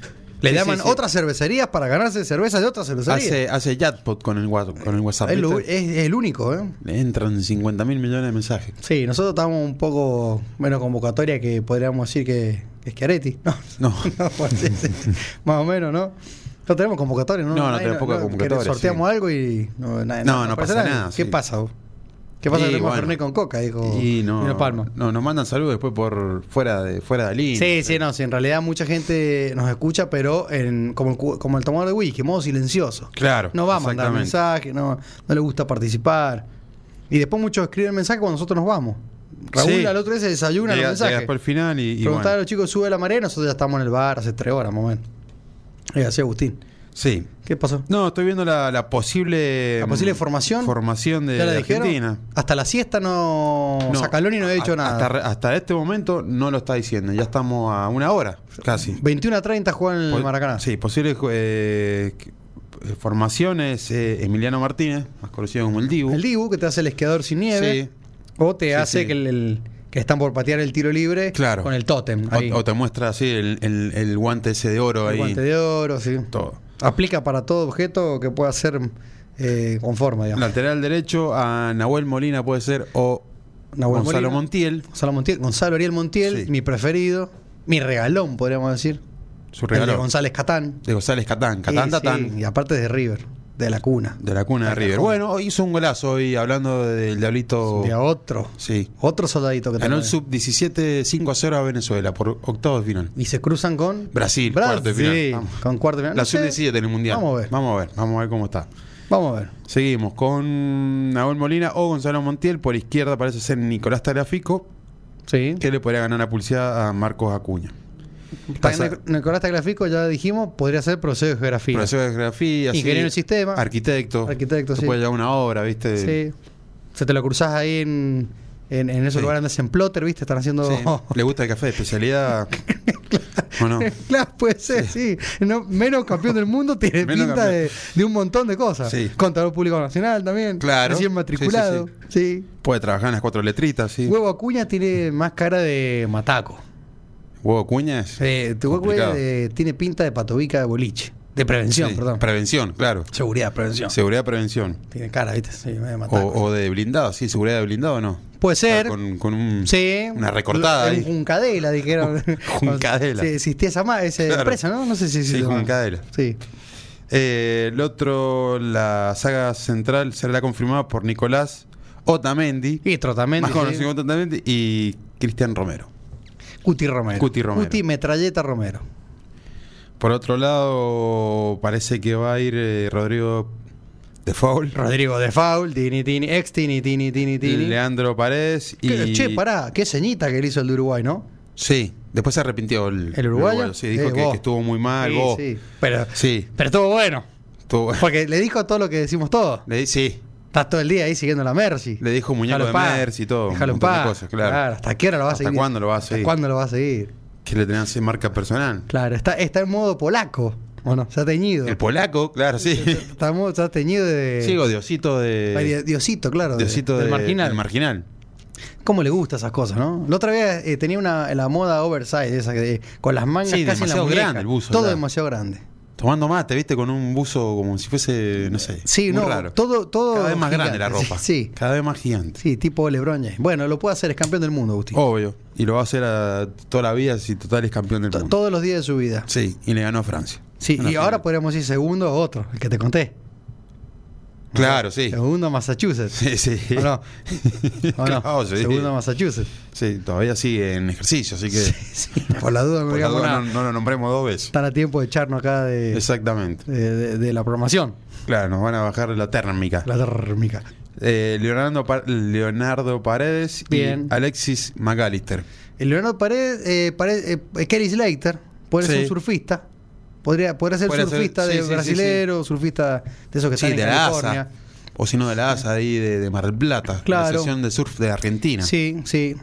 S2: Le
S4: Sí,
S2: llaman
S4: sí, sí.
S2: otras cervecerías para ganarse cerveza de otras cervecerías.
S4: Hace, hace jackpot con el, wa- con el WhatsApp.
S2: es, lo-
S4: ¿viste?
S2: es- es el único, ¿eh?
S4: Le entran 50 mil millones de mensajes.
S2: Sí, nosotros estamos un poco menos convocatoria que podríamos decir que, que Schiaretti. No,
S4: No.
S2: no, pues, sí, sí. más o menos, ¿no? No tenemos convocatoria, ¿no?
S4: No, no
S2: Nadie-
S4: tenemos poca
S2: que
S4: convocatoria,
S2: Sorteamos algo y. No, nadie-
S4: No, no pasa
S2: nadie.
S4: nada,
S2: ¿Qué
S4: sí.
S2: pasa? vos? ¿Qué pasa?
S4: Y
S2: que tenemos
S4: bueno.
S2: Fernet con coca, dijo
S4: y no,
S2: Nino Palma.
S4: no, nos mandan saludos después por fuera de fuera de la línea.
S2: Sí, sí, no, sí, en realidad mucha gente nos escucha, pero en, como, el, cu- como el tomador de whisky, modo silencioso.
S4: Claro.
S2: No va a mandar
S4: exactamente.
S2: mensaje, no, no le gusta participar. Y después muchos escriben mensaje cuando nosotros nos vamos. Raúl
S4: Sí.
S2: al otro día se desayuna
S4: Llega-
S2: los mensajes.
S4: llega después el final y, y
S2: Preguntar a
S4: bueno.
S2: los chicos, sube la marea, nosotros ya estamos en el bar hace tres horas, más o menos. Eh, así, Agustín.
S4: Sí.
S2: ¿Qué pasó?
S4: No, estoy viendo la, la posible mm,
S2: ¿La posible formación?
S4: formación de,
S2: ¿Ya la
S4: de
S2: dijeron?
S4: Argentina.
S2: Hasta la siesta no.
S4: No,
S2: Sacaloni no ha dicho
S4: a-
S2: nada.
S4: Hasta, re- hasta este momento no lo está diciendo. Ya estamos a una hora, casi.
S2: 21 a 30 juegan en el
S4: Po-
S2: Maracaná.
S4: Sí, posible eh, que- eh, formación es eh, Emiliano Martínez, más conocido como el Dibu.
S2: El Dibu que te hace el esquiador sin nieve.
S4: Uh. Sí.
S2: O te
S4: Sí,
S2: hace
S4: sí.
S2: que, el- el- que están por patear el tiro libre
S4: Claro.
S2: con el tótem. ahí.
S4: O, o te muestra así el, el- el guante ese de oro
S2: el
S4: ahí.
S2: guante de oro, sí.
S4: Todo.
S2: Aplica para todo objeto que pueda ser eh, conforme, digamos.
S4: Lateral derecho a Nahuel Molina puede ser o
S2: Nahuel
S4: Gonzalo
S2: Molina.
S4: Montiel.
S2: Gonzalo, Montiel, Gonzalo Ariel Montiel,
S4: Sí.
S2: mi preferido. Mi regalón, podríamos decir.
S4: Su
S2: El
S4: regalo.
S2: de González Catán.
S4: De González Catán. Catán,
S2: Sí, sí,
S4: Tatán.
S2: Y aparte de River, de la cuna.
S4: De la cuna de
S2: Acá
S4: River.
S2: con-
S4: Bueno, hoy hizo un golazo hoy hablando del Diablito.
S2: De otro.
S4: Sí.
S2: Otro soldadito que
S4: Ganó el
S2: trae.
S4: sub 17 5 a 0 a Venezuela por octavo de final.
S2: Y se cruzan con.
S4: Brasil, cuarto de final.
S2: Brasil,
S4: Vamos.
S2: Con cuarto de final.
S4: La
S2: No sé.
S4: sub 17 en el mundial.
S2: Vamos a ver.
S4: Vamos a ver, vamos a ver cómo está.
S2: Vamos a ver.
S4: Seguimos con Nahuel Molina o Gonzalo Montiel. Por izquierda parece ser Nicolás Tarafico,
S2: Sí.
S4: que le podría ganar la pulsada a Marcos Acuña.
S2: Está
S4: Pasa-
S2: en el corasta gráfico, ya dijimos, podría ser proceso de geografía.
S4: Profesor de geografía, sí.
S2: Ingeniero en sistema.
S4: Arquitecto.
S2: Arquitecto,
S4: Se
S2: sí.
S4: puede llevar una obra, ¿viste?
S2: Sí. Se te lo cruzás ahí en, en, en esos
S4: Sí.
S2: lugares donde hacen plotter, ¿viste? Están haciendo.
S4: Sí. ¿Le gusta el café de especialidad? ¿O
S2: Oh.
S4: no?
S2: claro, puede ser, sí. No, menos campeón del mundo tiene
S4: Menos
S2: pinta
S4: campeón.
S2: de, de un montón de cosas.
S4: Sí.
S2: Contador público nacional también.
S4: Claro.
S2: Recién matriculado.
S4: Sí,
S2: Sí.
S4: Puede trabajar en las cuatro letritas, sí.
S2: Huevo Acuña tiene más cara de mataco.
S4: Huevo Acuña es.
S2: Eh, tu huevo
S4: complicado.
S2: de- tiene pinta de patovica de boliche. De prevención,
S4: Sí,
S2: perdón.
S4: Prevención, claro.
S2: Seguridad, prevención.
S4: Seguridad, prevención.
S2: Tiene cara, ¿viste? Sí, medio de
S4: O,
S2: mataco.
S4: o de blindado, sí, seguridad de blindado o no. Ah,
S2: Puede ser.
S4: Con, con un-
S2: Sí.
S4: una recortada
S2: Un
S4: ahí.
S2: Juncadela, dijeron.
S4: Juncadela.
S2: Sí, existía esa, ma- esa
S4: Claro.
S2: empresa, ¿no? No sé si
S4: Sí,
S2: existe más.
S4: Juncadela.
S2: Sí.
S4: Eh, el otro, la saga central, será confirmada por Nicolás Otamendi,
S2: Y Trotamendi.
S4: más conocido
S2: sí.
S4: como Otamendi, y Cristian Romero.
S2: Cuti Romero.
S4: Cuti Romero.
S2: Cuti Metralleta Romero.
S4: Por otro lado, parece que va a ir eh, Rodrigo de Foul,
S2: Rodrigo de Faul, Tini Tini, ex Tini Tini Tini Tini.
S4: Leandro Paredes y.
S2: Que- Che, pará, qué ceñita que le hizo el de Uruguay, ¿no?
S4: Sí, después se arrepintió el,
S2: ¿El uruguayo?
S4: Sí, dijo
S2: Sí,
S4: que,
S2: vos.
S4: que estuvo muy mal.
S2: Sí,
S4: vos.
S2: sí. Pero,
S4: Ah, Sí,
S2: pero estuvo bueno.
S4: estuvo-
S2: Porque le dijo todo lo que decimos todos.
S4: le, di- sí,
S2: Estás todo el día ahí siguiendo la Mercy.
S4: le dijo muñeco
S2: Déjalo
S4: de
S2: en paz.
S4: Mercy y todo.
S2: Déjalo en
S4: un montón de
S2: paz.
S4: cosas, claro.
S2: ¿Hasta qué hora lo va a
S4: ¿Hasta
S2: seguir?
S4: cuándo lo va a
S2: ¿Hasta
S4: seguir?
S2: cuándo lo va a seguir?
S4: Que le tenían así marca personal.
S2: Claro, está, está en modo polaco. ¿O no? Se ha teñido.
S4: El polaco, claro, sí.
S2: Está, mo- se ha teñido de.
S4: Sigo Diosito
S2: Ay,
S4: de.
S2: de- Diosito, claro. de-
S4: Diosito
S2: del
S4: de-
S2: marginal.
S4: del marginal.
S2: ¿Cómo le gustan esas cosas, no? La otra vez eh, tenía una, la moda oversize, esa que, con las mangas
S4: Sí,
S2: casi en la
S4: demasiado
S2: muñeca.
S4: grande el buzo,
S2: Todo
S4: ¿verdad?
S2: demasiado grande.
S4: Tomando mate, viste, con un buzo como si fuese, no sé.
S2: Sí,
S4: muy
S2: no,
S4: raro.
S2: todo- todo
S4: Cada vez más
S2: gigante,
S4: grande la ropa.
S2: sí.
S4: Cada vez más gigante.
S2: Sí, tipo LeBron James. Bueno, lo puede hacer, es campeón del mundo, Agustín.
S4: Obvio. Y lo va a hacer a toda la vida si total es campeón del
S2: To-
S4: mundo.
S2: Todos los días de su vida.
S4: Sí, y le ganó a Francia.
S2: Sí,
S4: Una
S2: y ahora
S4: final.
S2: podríamos ir segundo a otro, el que te conté.
S4: Claro, sí.
S2: Segundo a Massachusetts.
S4: Sí, sí.
S2: ¿O no? ¿O no?
S4: Claro, sí.
S2: Segundo a Massachusetts.
S4: Sí, todavía sigue en ejercicio, así que
S2: Sí, por la duda no
S4: por la
S2: digamos
S4: duda
S2: nada.
S4: no, no lo nombremos dos veces.
S2: Están a tiempo de echarnos acá de,
S4: Exactamente.
S2: de- de- de la programación,
S4: Claro, nos van a bajar la térmica.
S2: la térmica.
S4: Eh, Leonardo, Pa- Leonardo Paredes
S2: Bien.
S4: y Alexis McAllister.
S2: El Leonardo Paredes, eh, Paredes- eh, Kelly Slater, puede ser
S4: Sí.
S2: un surfista. Podría, podría ser
S4: Podría ser-
S2: surfista
S4: sí,
S2: de
S4: sí, sí,
S2: brasilero, surfista de esos que
S4: Sí,
S2: están
S4: de
S2: en
S4: la
S2: California.
S4: ASA. O si no, de la ASA ahí de, de Mar del Plata.
S2: Claro.
S4: La Asociación de Surf de Argentina.
S2: Sí, sí.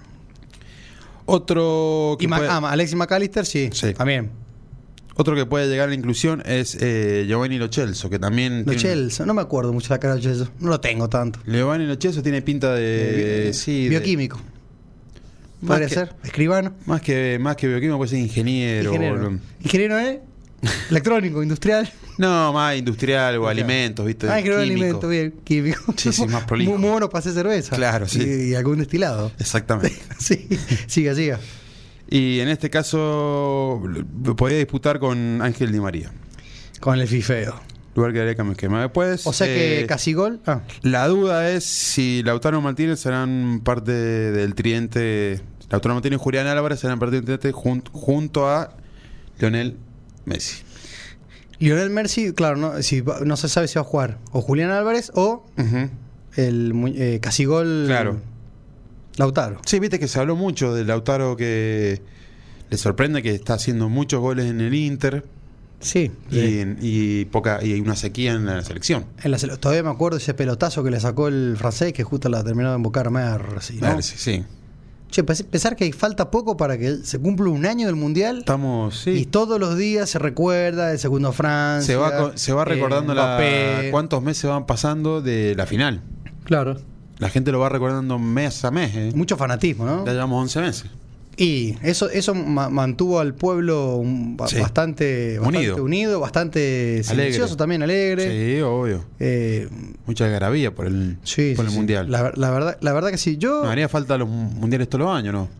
S4: Otro
S2: Y
S4: que,
S2: Ma-
S4: puede,
S2: ah, Alexis McAllister, sí,
S4: Sí.
S2: también.
S4: otro que puede llegar a la inclusión es eh, Giovanni Lochelso, que también.
S2: Lo
S4: tiene-
S2: Chelsea, no me acuerdo mucho la cara de Chelsea, no lo tengo tanto.
S4: Giovanni Lochelso tiene pinta de.
S2: Eh,
S4: sí, de-
S2: bioquímico.
S4: Más
S2: Podría
S4: que-
S2: ser, escribano.
S4: más, que, más que bioquímico, puede ser ingeniero.
S2: Ingeniero. Ingeniero, ¿eh? Electrónico, industrial.
S4: No, más industrial o alimentos, ¿viste?
S2: Ah, ingeniero de
S4: Químico.
S2: alimentos, bien. Químico.
S4: Sí, sí, más prolijo.
S2: Muy, muy bueno para hacer cerveza.
S4: Claro, sí.
S2: Y, y algún destilado.
S4: Exactamente.
S2: sí, siga, siga.
S4: Y en este caso lo podía disputar con Ángel Di María,
S2: Con el fifeo.
S4: lugar que daría cambio esquema. Después,
S2: O sea que
S4: eh,
S2: casi gol. Ah,
S4: la duda es si Lautaro Martínez serán parte del tridente, Lautaro Martínez y Julián Álvarez serán parte del tridente jun- junto a Lionel Messi.
S2: Lionel Mercy, claro, no, si va- no se sabe si va a jugar o Julián Álvarez o
S4: Ujú.
S2: el mu- eh, casi gol.
S4: Claro.
S2: Lautaro.
S4: Sí, viste que se habló mucho de Lautaro que le sorprende que está haciendo muchos goles en el Inter
S2: Sí.
S4: y, en- y poca y hay una sequía en la selección.
S2: En la sele- todavía me acuerdo ese pelotazo que le sacó el francés que justo la terminó de embocar Mercy. ¿no?
S4: Claro, sí, sí.
S2: Che, pes- pensar que falta poco para que se cumpla un año del mundial.
S4: Estamos sí.
S2: Y todos los días se recuerda el segundo Francia.
S4: se va, co- se va
S2: eh,
S4: recordando la-
S2: Mbappé.
S4: cuántos meses van pasando de la final.
S2: Claro.
S4: La gente lo va recordando mes a mes. ¿eh?
S2: Mucho fanatismo, ¿no?
S4: Ya llevamos 11 meses.
S2: Y eso eso ma- mantuvo al pueblo un- ba-
S4: Sí.
S2: bastante, bastante unido.
S4: Unido.
S2: bastante silencioso
S4: Alegre.
S2: también, alegre.
S4: Sí, obvio.
S2: Eh,
S4: Mucha garabía por el,
S2: sí,
S4: por
S2: sí,
S4: el
S2: sí.
S4: mundial.
S2: La, ver- la verdad, la verdad que sí. Yo.
S4: Nos haría falta los mundiales todos los años, ¿no?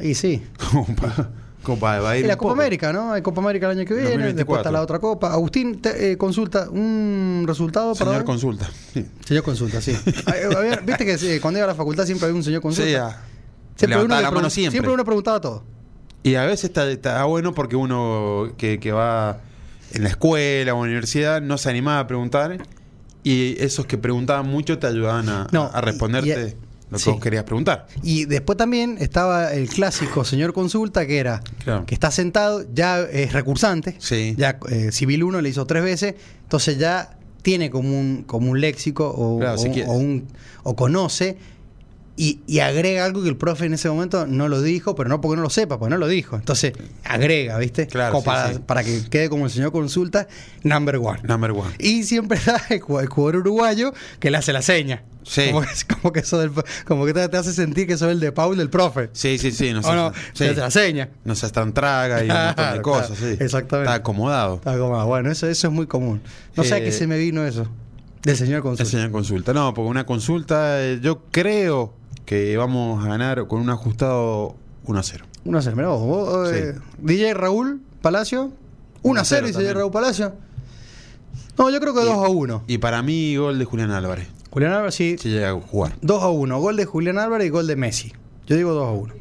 S2: Y sí.
S4: Como para, como para evadir
S2: Y la
S4: Eh, un
S2: Copa
S4: poco.
S2: América, ¿no? Hay Copa América el año que viene, después
S4: 2024.
S2: está la otra Copa. Agustín, te- eh, consulta un resultado para.
S4: Señor
S2: dar?
S4: consulta. Sí.
S2: Señor consulta, sí. Ay, había- Viste que eh, cuando iba a la facultad siempre había un señor consulta.
S4: Sí, ah.
S2: Siempre uno,
S4: Levantaba
S2: le
S4: la mano
S2: pregun-
S4: siempre.
S2: siempre uno preguntaba todo.
S4: Y a veces está, está bueno porque uno que, que va en la escuela o en la universidad no se animaba a preguntar y esos que preguntaban mucho te ayudaban a,
S2: No,
S4: a responderte
S2: y- y-
S4: lo que
S2: sí.
S4: vos querías preguntar.
S2: Y después también estaba el clásico señor consulta, que era
S4: Claro.
S2: que está sentado, ya es recursante,
S4: Sí.
S2: ya eh, Civil 1 le hizo tres veces, entonces ya tiene como un, como un léxico o,
S4: Claro,
S2: o
S4: si
S2: un-
S4: quiere.
S2: o un- o conoce y, y agrega algo que el profe en ese momento no lo dijo, pero no porque no lo sepa, porque no lo dijo. Entonces agrega, ¿viste?
S4: Claro,
S2: Como
S4: sí,
S2: para,
S4: sí.
S2: para que quede como el señor consulta, number one.
S4: Number one.
S2: Y siempre está el ju- el jugador uruguayo que le hace la seña.
S4: Sí.
S2: Como que, como que, sos del- como que te, te hace sentir que sos el de Paul del profe.
S4: Sí, sí, sí. No
S2: o Oh, no,
S4: seas, sí.
S2: te hace la seña.
S4: No seas tan traga y un montón
S2: Claro,
S4: de cosas.
S2: claro,
S4: sí.
S2: exactamente.
S4: Está acomodado.
S2: Está como, ah, bueno, eso, eso es muy común. No sé a qué
S4: Eh,
S2: se me vino eso. Del señor
S4: El
S2: consulta.
S4: señor consulta. No, porque una consulta eh, yo creo que vamos a ganar con un ajustado 1-0.
S2: Uno a cero. Mirá vos, vos, eh, DJ Raúl Palacio. 1 a 0
S4: cero
S2: dice DJ
S4: también.
S2: Raúl Palacio. No, yo creo que 2 a 1.
S4: Y para mí gol de Julián Álvarez.
S2: Julián Álvarez, sí.
S4: Si llega a jugar.
S2: 2 a 1. Gol de Julián Álvarez y gol de Messi. Yo digo 2 a 1.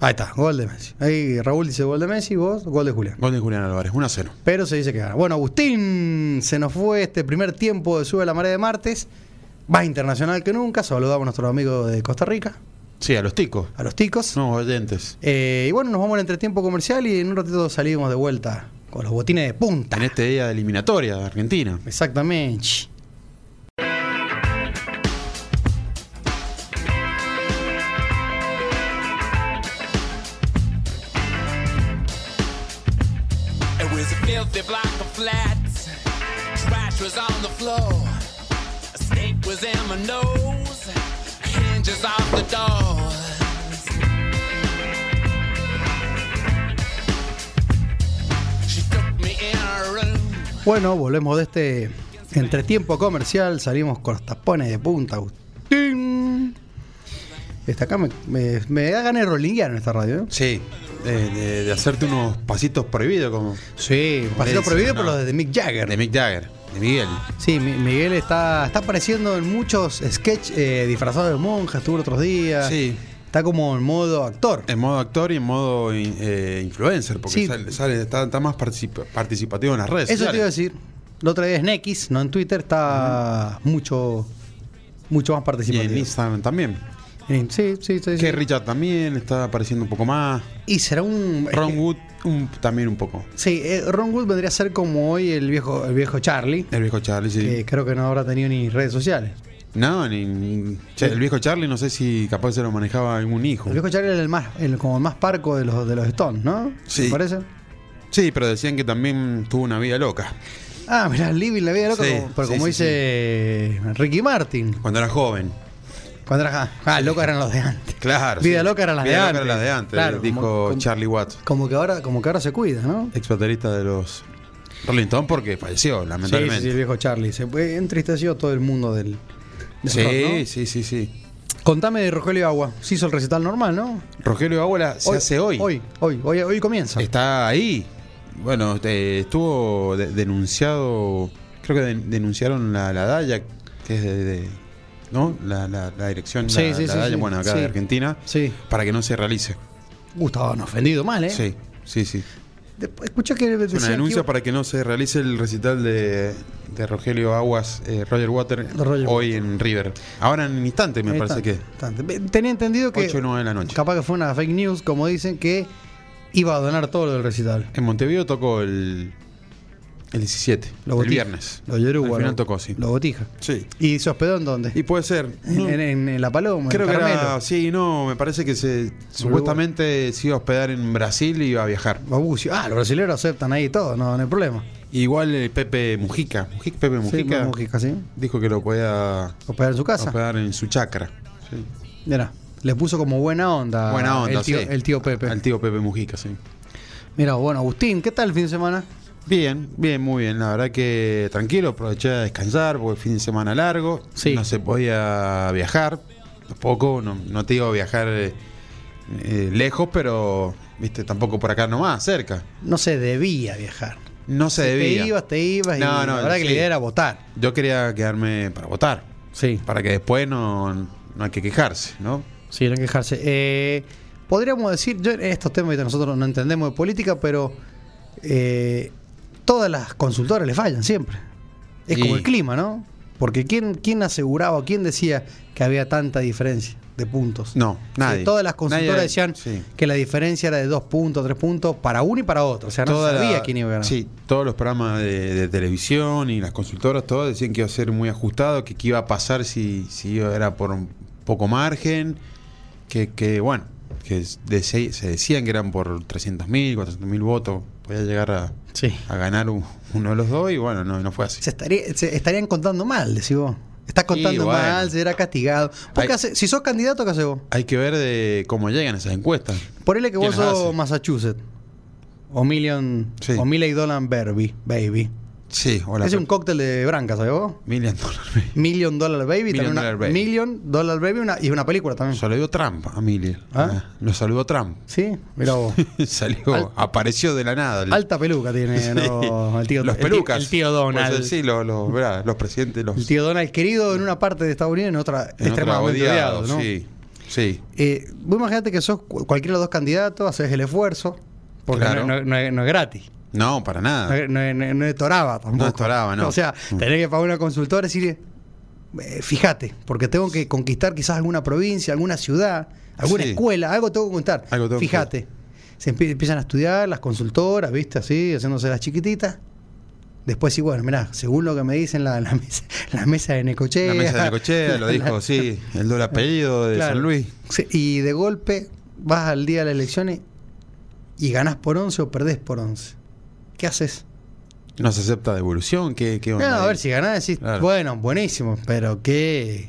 S2: Ahí está, gol de Messi. Ahí Raúl dice gol de Messi, vos, gol de Julián.
S4: Gol de Julián Álvarez, 1 a 0.
S2: Pero se dice que gana. Bueno, Agustín, se nos fue este primer tiempo de Sube la Marea de martes. Más internacional que nunca. Saludamos a nuestros amigos de Costa Rica,
S4: Sí, a los ticos.
S2: a los ticos.
S4: No, oyentes.
S2: Eh, y bueno, nos vamos al entretiempo comercial y en un ratito salimos de vuelta con los botines de punta.
S4: En este día de eliminatoria de Argentina.
S2: Exactamente.
S3: It was a filthy block of flats. Trash was on the floor. A snake was in my nose. Hinges off the doors. She took me in her room.
S2: Bueno, volvemos de este entretiempo comercial. Salimos con los tapones de punta, Agustín. Esta acá me, me, me da ganas de rolinguear en esta radio. ¿eh?
S4: Sí, de, de- de hacerte unos pasitos prohibidos como
S2: Sí, pasito
S4: Dicen,
S2: prohibido
S4: ¿no?
S2: por los de Mick Jagger.
S4: de Mick Jagger, de Miguel.
S2: Sí, Mi- Miguel está, está apareciendo en muchos sketch eh, disfrazado de monja, estuvo otros días.
S4: Sí,
S2: Está como en modo actor.
S4: en modo actor y en modo in- eh, influencer, porque
S2: Sí.
S4: sale, sale- está, está más participa- participativo en las redes.
S2: Eso te iba a decir.
S4: sociales.
S2: La otra vez en X, no en Twitter, está mucho mucho más
S4: Y en
S2: participativo.
S4: Instagram también.
S2: En- Sí, sí, sí. sí.
S4: Que Richard también está apareciendo un poco más.
S2: Y será un.
S4: Ron Wood un- también un poco.
S2: Sí, eh, Ron Wood vendría a ser como hoy el viejo, el viejo Charlie,
S4: El viejo Charlie, sí.
S2: que creo que no habrá tenido ni redes sociales.
S4: No, ni- ni- che, el viejo Charlie no sé si capaz se lo manejaba algún hijo.
S2: El viejo Charlie era el más, el, como el más parco de los, de los Stones, ¿no?
S4: Sí.
S2: ¿Te parece?
S4: Sí, pero decían que también tuvo una vida loca
S2: Ah, mirá, Living la vida loca,
S4: Sí,
S2: como- pero
S4: sí,
S2: como
S4: sí,
S2: dice Ricky Martin.
S4: cuando era joven.
S2: Cuando era, ah, ah, locos eran los de antes.
S4: Claro.
S2: Vida
S4: sí.
S2: loca eran las de
S4: Vida loca
S2: antes.
S4: eran las de antes,
S2: Claro,
S4: dijo
S2: como- como-
S4: Charlie Watts,
S2: Como que ahora, como que ahora se cuida, ¿no?
S4: ex baterista de los Rolling Stones, porque falleció,
S2: Sí, sí, sí,
S4: lamentablemente.
S2: el viejo Charlie. Se fue- entristeció todo el mundo del. del
S4: Sí,
S2: rock, ¿no?
S4: sí, sí, sí,
S2: Contame de Rogelio Agua. Se hizo el recital normal, ¿no?
S4: Rogelio Águila se hace hoy.
S2: Hoy, hoy, hoy, hoy comienza.
S4: Está ahí. Bueno, eh, estuvo de- denunciado, creo que den- denunciaron la, la DAYA, que es de, de- ¿no? La, la- la dirección
S2: Sí,
S4: la,
S2: sí,
S4: la
S2: sí,
S4: DAYA,
S2: sí.
S4: bueno, acá
S2: Sí.
S4: de Argentina,
S2: Sí.
S4: para que no se realice.
S2: Gustaban ofendido mal, ¿eh?
S4: Sí, sí, sí.
S2: Después, escuché que
S4: Es una
S2: decían
S4: denuncia
S2: que iba-
S4: para que no se realice el recital de, de Rogelio Aguas, eh, Roger Water,
S2: De Roger
S4: hoy en River. Ahora en un instante, me
S2: Ahí
S4: parece
S2: está,
S4: que.
S2: está. Ve- Tenía entendido que.
S4: 8 y 9 de la noche.
S2: Capaz que fue una fake news, como dicen, que iba a donar todo lo del recital.
S4: En Montevideo tocó el, el 17,
S2: Lo
S4: el
S2: botija.
S4: viernes.
S2: Lo Yoruba.
S4: Al final
S2: lo-
S4: tocó, sí.
S2: Lo botija.
S4: Sí.
S2: ¿Y se hospedó en dónde?
S4: Y puede ser. no,
S2: en, en- en La Paloma,
S4: creo
S2: en
S4: que
S2: Carmelo.
S4: era. Sí, no, me parece que se supuestamente se iba a hospedar en Brasil y iba a viajar.
S2: Babucio. Ah, los brasileños aceptan ahí todo, no, no hay problema.
S4: Igual eh, Pepe Mujica, Mujica- Pepe
S2: Sí,
S4: Mujica,
S2: Mujica, sí.
S4: dijo que lo podía
S2: Hospedar en su casa.
S4: hospedar en su chacra. Sí.
S2: Mira, le puso como buena onda.
S4: Buena onda,
S2: Ah, el tío,
S4: sí.
S2: el tío Pepe.
S4: Al tío Pepe Mujica, sí.
S2: Mira, bueno, Agustín, ¿qué tal el fin de semana?
S4: Bien, bien, muy bien. La verdad que tranquilo, aproveché a descansar porque el fin de semana largo.
S2: Sí.
S4: No se podía viajar, tampoco, no, no te digo viajar eh, eh, lejos, pero viste, tampoco por acá nomás, cerca.
S2: No se debía viajar.
S4: No se
S2: Si
S4: debía.
S2: Te ibas, te ibas.
S4: No,
S2: y
S4: no,
S2: la verdad que la
S4: sí.
S2: idea era votar.
S4: Yo quería quedarme para votar,
S2: Sí,
S4: para que después no, no hay que quejarse, ¿no?
S2: sí, no quejarse. Eh, podríamos decir, yo en estos temas que nosotros no entendemos de política, pero eh, todas las consultoras le fallan siempre. Es
S4: Y-
S2: como el clima, ¿no? Porque ¿quién, quién aseguraba, o quién decía que había tanta diferencia de puntos?
S4: No, nadie.
S2: Sí, todas las consultoras
S4: Nadie-
S2: decían
S4: sí.
S2: que la diferencia era de dos puntos, tres puntos para uno y para otro. O sea, no
S4: Toda la-
S2: sabía quién iba a ganar.
S4: Sí, todos los programas de, de televisión y las consultoras, todos decían que iba a ser muy ajustado, que qué iba a pasar si, si era por un poco margen, que, que, bueno, que es- de- se se decían que eran por 300.000, 400.000 votos, podía llegar a,
S2: Sí.
S4: a ganar un- uno de los dos y bueno, no, no fue así.
S2: Se, estaría- se estarían contando mal, decís vos. Estás contando
S4: bueno.
S2: mal, será castigado. Vos
S4: Hay-
S2: qué hace- si sos candidato, ¿qué haces vos?
S4: Hay que ver de cómo llegan esas encuestas.
S2: Ponele que
S4: ¿Quién
S2: vos
S4: las
S2: sos
S4: hace?
S2: Massachusetts. O Million.
S4: Sí.
S2: O Millie Dollar Baby. baby.
S4: Sí, hola.
S2: es un cóctel de branca, ¿sabes vos?
S4: Million dólares.
S2: Million Dollar Baby.
S4: Million
S2: también una-
S4: Dollar Baby.
S2: Million Dollar Baby una- y una película también.
S4: Saludó Trump a Million.
S2: ¿Ah?
S4: Ah, Lo saludó Trump.
S2: Sí, mira vos.
S4: Salió,
S2: Al-
S4: apareció de la nada. el-
S2: Alta peluca tiene ¿no? el tío
S4: los
S2: el tío-
S4: pelucas.
S2: El tío Donald.
S4: Por eso, sí, los, los, ¿verdad? los presidentes, los
S2: El tío Donald querido en una parte de Estados Unidos, en otra
S4: en otra,
S2: extremadamente odiado,
S4: odiados,
S2: ¿no?
S4: sí. Sí.
S2: Eh, vos imaginate que sos cu- cualquiera de los dos candidatos, haces el esfuerzo, porque
S4: Claro.
S2: no, no- no es- no es gratis.
S4: No, para nada.
S2: No, es- no es- no es- no es toraba tampoco.
S4: Ah. No es toraba, no.
S2: O sea,
S4: Mm.
S2: tenés que pagar una consultora y decir, eh, fíjate, porque tengo que conquistar quizás alguna provincia, alguna ciudad, alguna
S4: Sí.
S2: escuela, algo tengo que conquistar.
S4: Algo tengo que
S2: fíjate. Se empie- empiezan a estudiar las consultoras, ¿viste? Así, haciéndose las chiquititas. Después sí, bueno, mirá, según lo que me dicen la, la mesa, la mesa de Necochea.
S4: La mesa de Necochea lo
S2: la-
S4: dijo, sí. El dólar apellido de
S2: Claro.
S4: San Luis.
S2: Sí, y de golpe vas al día de las elecciones y ganás por 11 o perdés por 11. ¿Qué haces?
S4: No se acepta devolución. ¿Qué, qué
S2: No,
S4: onda
S2: a
S4: ahí?
S2: ver si ganás, decís,
S4: Claro.
S2: bueno, buenísimo, pero qué,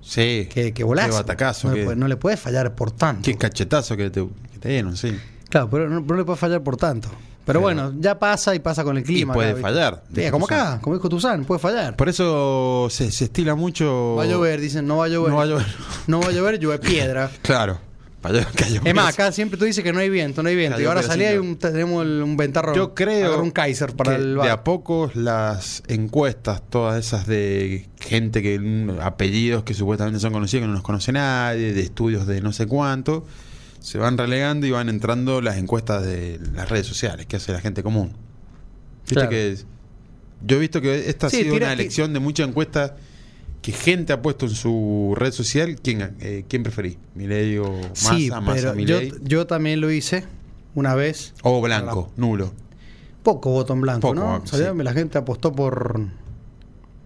S4: Sí.
S2: qué, qué bolazo.
S4: Qué batacazo.
S2: No, le
S4: qué,
S2: puede- no le puedes fallar por tanto.
S4: qué cachetazo que te, que te dieron, sí.
S2: Claro, pero no, pero no le puedes fallar por tanto. Pero
S4: Pero-
S2: bueno, ya pasa y pasa con el clima.
S4: puede
S2: ¿viste?
S4: fallar,
S2: Sí,
S4: dijo
S2: como
S4: Tuzán.
S2: acá, como dijo Tuzán, puede fallar.
S4: Por eso se, se estila mucho.
S2: Va a llover, dicen, no va a llover.
S4: No va a llover.
S2: No va a llover, llueve piedra.
S4: Claro. Para llover, que llover.
S2: Es más, acá siempre tú dices que no hay viento, no hay viento.
S4: Cayó
S2: y ahora
S4: pedacito.
S2: salí y un- tenemos el- un ventarrón.
S4: Yo creo
S2: Agarró un Kaiser para
S4: que
S2: el
S4: de
S2: bar.
S4: a poco las encuestas, todas esas de gente que mm, apellidos que supuestamente son conocidos que no los conoce nadie, de estudios de no sé cuánto, se van relegando y van entrando las encuestas de las redes sociales que hace la gente común. Viste
S2: Claro.
S4: que es- yo he visto que esta
S2: Sí,
S4: ha sido
S2: tira-
S4: una
S2: ti-
S4: elección de muchas encuestas que gente ha puesto en su red social quién eh, quién preferís, Milei o Massa,
S2: Sí,
S4: Massa
S2: pero yo,
S4: Milei
S2: yo también lo hice una vez.
S4: o Blanco, nulo.
S2: Poco voto en blanco,
S4: Poco, ah,
S2: ¿no?
S4: sí.
S2: Sabía, La gente apostó por,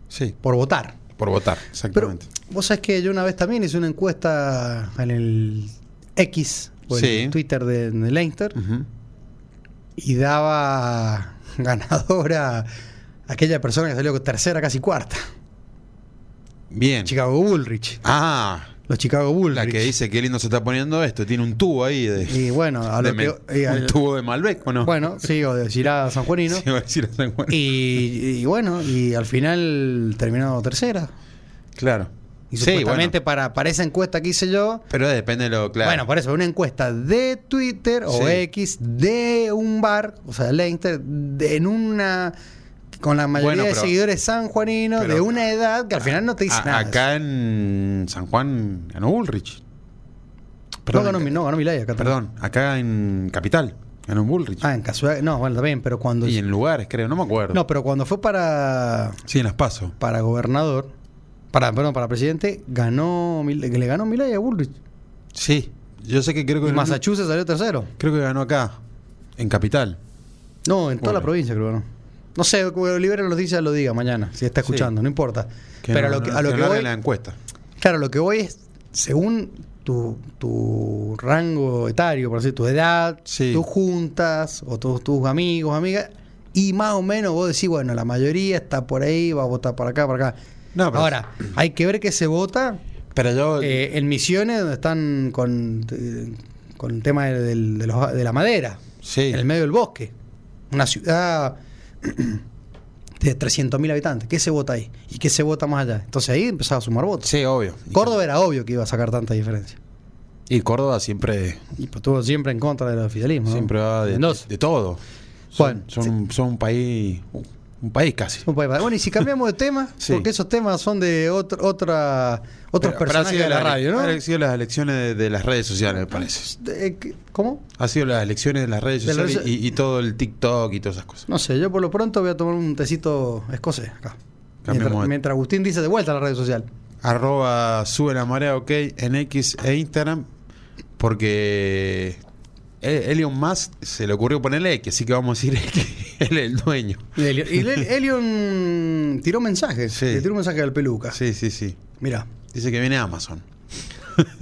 S4: Sí,
S2: por votar.
S4: por votar,
S2: Pero
S4: exactamente.
S2: vos sabés que yo una vez también hice una encuesta en el X o en
S4: Sí.
S2: el Twitter de, de Leinster
S4: Ujú.
S2: y daba ganadora aquella persona que salió tercera, casi cuarta.
S4: Bien.
S2: Chicago Bullrich.
S4: Ah,
S2: Los Chicago Bullrich.
S4: la que dice que lindo se está poniendo esto. Tiene un tubo ahí de.
S2: Y bueno, a lo
S4: de men-
S2: que- y
S4: un
S2: al-
S4: tubo de Malbec, ¿o no?
S2: Bueno, sí, o de Girada San Juanino.
S4: Sí, iba a decir San Juan.
S2: Y, y bueno, y al final terminó tercera.
S4: claro.
S2: Y
S4: Sí,
S2: supuestamente
S4: bueno,
S2: para, para esa encuesta que hice yo.
S4: pero depende de lo claro.
S2: Bueno, por eso, una encuesta de Twitter o
S4: Sí.
S2: X de un bar, o sea, Leinster, de- en una. con la mayoría
S4: Bueno,
S2: de
S4: pero-
S2: seguidores sanjuaninos,
S4: pero-
S2: de una edad que al final no te dice
S4: A-
S2: nada.
S4: acá en San Juan ganó Bullrich.
S2: Perdón, no, ganó, mi- no, ganó mi ley acá.
S4: Perdón, acá en Capital ganó Bullrich.
S2: Ah, en casualidad. No, bueno, también, pero cuando.
S4: y en lugares, creo, no me acuerdo.
S2: No, pero cuando fue para.
S4: Sí, en Las Paso.
S2: para gobernador. Para, perdón, para presidente, ganó Mil- le ganó Milei a Bullrich.
S4: Sí, yo sé que creo que.
S2: Y Massachusetts salió tercero.
S4: Creo que ganó acá, en Capital.
S2: No, en toda
S4: Bueno.
S2: la provincia creo, ¿no? No sé, Olivera nos dice, lo diga mañana, si está escuchando,
S4: Sí.
S2: no importa.
S4: Que
S2: Pero
S4: no-
S2: a lo que,
S4: no-
S2: a lo
S4: que
S2: que
S4: no hagan
S2: voy,
S4: la encuesta.
S2: claro, lo que voy es, según tu, tu rango etario, por decir, tu edad,
S4: Sí.
S2: tus juntas, o todos tus amigos, amigas, y más o menos vos decís, bueno, la mayoría está por ahí, va a votar para acá, para acá.
S4: No, pero-
S2: Ahora, hay que ver que se vota
S4: Pero yo.
S2: Eh, en Misiones, donde están con, eh, con el tema del- del- de, los- de la madera,
S4: sí.
S2: en el medio del bosque. Una ciudad de 300.000 habitantes. ¿Qué se vota ahí? ¿Y qué se vota más allá? Entonces ahí empezaba a sumar votos.
S4: Sí, obvio.
S2: Córdoba era obvio que iba a sacar tanta diferencia.
S4: Y Córdoba siempre,
S2: Y pues, estuvo siempre en contra del oficialismo. ¿no?
S4: siempre va de,
S2: Mendoza.
S4: de todo.
S2: Bueno,
S4: Son, son, un- son un país, un país casi.
S2: Un país- Bueno, y si cambiamos de tema,
S4: Sí.
S2: porque esos temas son de otro, otra, otros
S4: Pero- pero ha
S2: personajes
S4: sido
S2: de la
S4: las-
S2: radio, ¿no?
S4: Han sido las elecciones de, de las redes sociales, me parece.
S2: Eh, ¿qué- ¿Cómo?
S4: Ha sido las elecciones de las redes
S2: De las
S4: sociales
S2: redes-
S4: y, y todo el TikTok y todas esas cosas.
S2: No sé, yo por lo pronto voy a tomar un tecito escocés acá.
S4: Cambiemos
S2: Mientras,
S4: de-
S2: mientras Agustín dice de vuelta a la red social.
S4: Arroba sube la marea ok en X e Instagram porque E- Elon Musk se le ocurrió ponerle X, así que vamos a decir que él es el dueño.
S2: Y Elion, y Le- Elion tiró mensajes.
S4: Sí.
S2: Le tiró un mensaje al peluca.
S4: Sí, sí, sí.
S2: Mira,
S4: Dice que viene Amazon.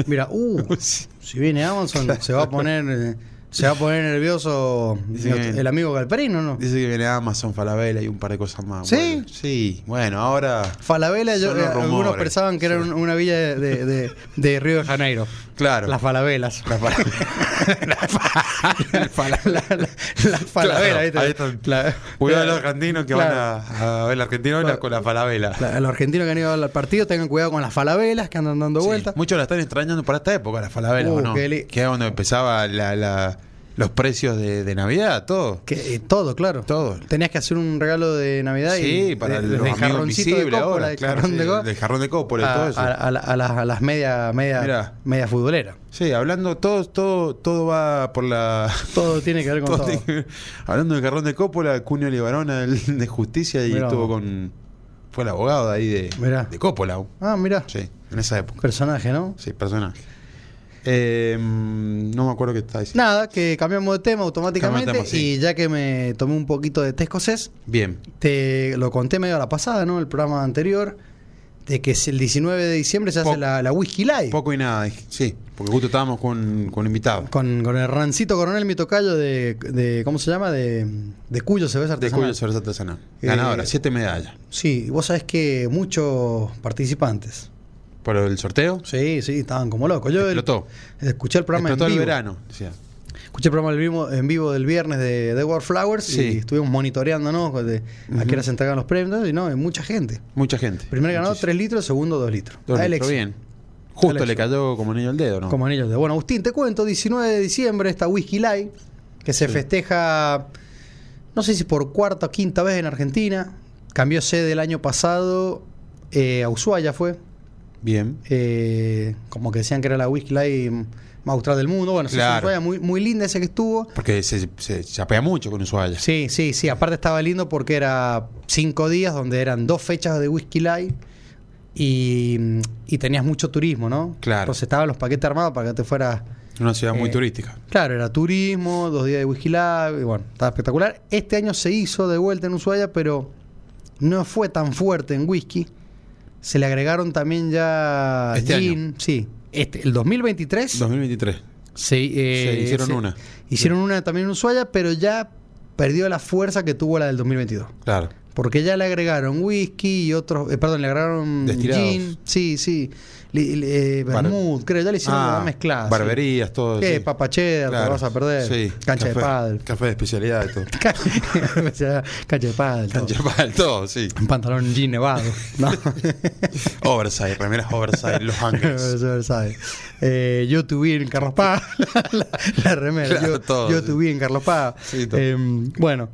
S2: mira, uh, si viene Amazon se va a poner eh, se va a poner nervioso
S4: Dice
S2: nuestro-
S4: que-
S2: el amigo Galperino, ¿no?
S4: Dice que viene Amazon, Falabella y un par de cosas más.
S2: ¿Sí?
S4: Bueno, sí. Bueno, ahora.
S2: Falabella, yo-
S4: Son los
S2: eh, algunos
S4: rumores.
S2: pensaban que era un- una villa de, de- de- de Río de Janeiro.
S4: Claro.
S2: Las falabelas.
S4: La Falabella.
S2: La- la- las falabelas, ¿viste?
S4: Ahí están.
S2: La-
S4: Cuidado a los argentinos que
S2: Claro.
S4: van a, a ver la Argentina ahora con la Falabella.
S2: La- los argentinos que han ido al partido tengan cuidado con las falabelas que andan dando
S4: Sí.
S2: vueltas.
S4: Muchos la están extrañando para esta época, la Falabella,
S2: Uh,
S4: ¿o no?
S2: qué li-
S4: Que era cuando empezaba la, la, los precios de, de Navidad, todo.
S2: Que, eh, todo, claro.
S4: Todo.
S2: Tenías que hacer un regalo de Navidad y
S4: Sí, para
S2: de-
S4: los
S2: desde el
S4: amigos
S2: jarroncito de
S4: invisibles
S2: cópora,
S4: ahora,
S2: del
S4: claro.
S2: jarrón
S4: sí,
S2: de cópora,
S4: del jarrón de cópora y
S2: a,
S4: todo eso.
S2: a- a la- a las, a las media, media,
S4: Mirá.
S2: media futboleras.
S4: Sí, hablando, todo, todo, todo va por la.
S2: Todo tiene que ver con
S4: todo
S2: todo.
S4: tiene que ver. hablando del jarrón de Coppola, Cunio Libarona el de Justicia y
S2: Mirá.
S4: estuvo con. Fue el abogado de ahí de,
S2: Mirá.
S4: de Coppola.
S2: Ah, mira.
S4: Sí, en esa época.
S2: Personaje, ¿no?
S4: Sí, personaje. Eh, mm, no me acuerdo qué está diciendo.
S2: Nada, que cambiamos de tema automáticamente
S4: Cambiamos, sí.
S2: y ya que me tomé un poquito de té escocés,
S4: Bien.
S2: te lo conté medio a la pasada, ¿no? El programa anterior, de que es el 19 de diciembre se
S4: Po-
S2: hace la, la Whisky Live.
S4: Poco y nada, dije. sí, porque justo estábamos con, con invitados.
S2: Con, con el Rancito Coronel, mi tocayo de, de- ¿cómo se llama? De, de Cuyo Cerveza
S4: De
S2: Artesanal.
S4: Cuyo Cerveza Artesanal.
S2: Eh,
S4: Ganadora, siete medallas.
S2: Sí, vos sabés que muchos participantes.
S4: Por el sorteo,
S2: Sí, sí, estaban como locos. Yo el-
S4: explotó.
S2: escuché el programa
S4: Explotó
S2: en
S4: el
S2: vivo.
S4: verano. decía.
S2: Escuché el programa en vivo, en vivo del viernes de, de Warflowers
S4: Sí.
S2: y estuvimos monitoreando, ¿no? De, A
S4: Ujú.
S2: qué hora se entregan los premios y no, hay mucha gente.
S4: Mucha gente.
S2: Primer ganador,
S4: Muchísimo.
S2: 3 litros, segundo, 2 litros.
S4: Dos
S2: A
S4: litros,
S2: elección.
S4: bien. Justo
S2: Elección.
S4: le cayó como niño al dedo, ¿no?
S2: Como anillos de. Bueno, Agustín, te cuento, 19 de diciembre, esta Whisky Live, que se
S4: Sí.
S2: festeja, no sé si por cuarta o quinta vez en Argentina. Cambió sede el año pasado eh, a Ushuaia, fue.
S4: Bien.
S2: Eh, como que decían que era la Whisky Live más austral del mundo. Bueno, se hizo en
S4: Claro.
S2: Ushuaia, muy, muy linda esa que estuvo.
S4: Porque se, se chapea mucho con Ushuaia.
S2: Sí, sí, sí. Aparte estaba lindo porque era cinco días donde eran dos fechas de Whisky Live y, y tenías mucho turismo, ¿no?
S4: Claro.
S2: Entonces estaban los paquetes armados para que te fueras.
S4: Una ciudad muy
S2: Eh,
S4: turística.
S2: Claro, era turismo, dos días de Whisky Live, y bueno, estaba espectacular. Este año se hizo de vuelta en Ushuaia, pero no fue tan fuerte en whisky. Se le agregaron también ya
S4: Este
S2: gin, sí. Este, el 2023
S4: 2023.
S2: se, eh,
S4: se hicieron
S2: se-
S4: una.
S2: Hicieron una también en Ushuaia, pero ya perdió la fuerza que tuvo la del 2022.
S4: Claro.
S2: Porque ya le agregaron whisky y otros, eh, perdón, le agregaron
S4: Destilados.
S2: gin, sí, sí, li- li- eh,
S4: Bar- Ah,
S2: vermut, creo, ya le hicieron una mezclada. sí.
S4: Barberías, todo.
S2: ¿Qué?
S4: sí.
S2: Papa cheddar, te
S4: Claro.
S2: vas a perder.
S4: Sí.
S2: Cancha
S4: Café-
S2: de pádel.
S4: Café de especialidad y todo.
S2: O sea, Cancha de pádel. todo.
S4: Cancha de pádel, todo, sí.
S2: Un pantalón jean nevado. ¿no?
S4: Oversight, remeras oversight, los ángeles.
S2: Eso lo sabe. Eh, yo tuve en Carlos Paz. la, la remera.
S4: Claro,
S2: yo
S4: todo,
S2: yo
S4: sí.
S2: tuve en Carlos Paz.
S4: Sí, todo.
S2: Eh, bueno,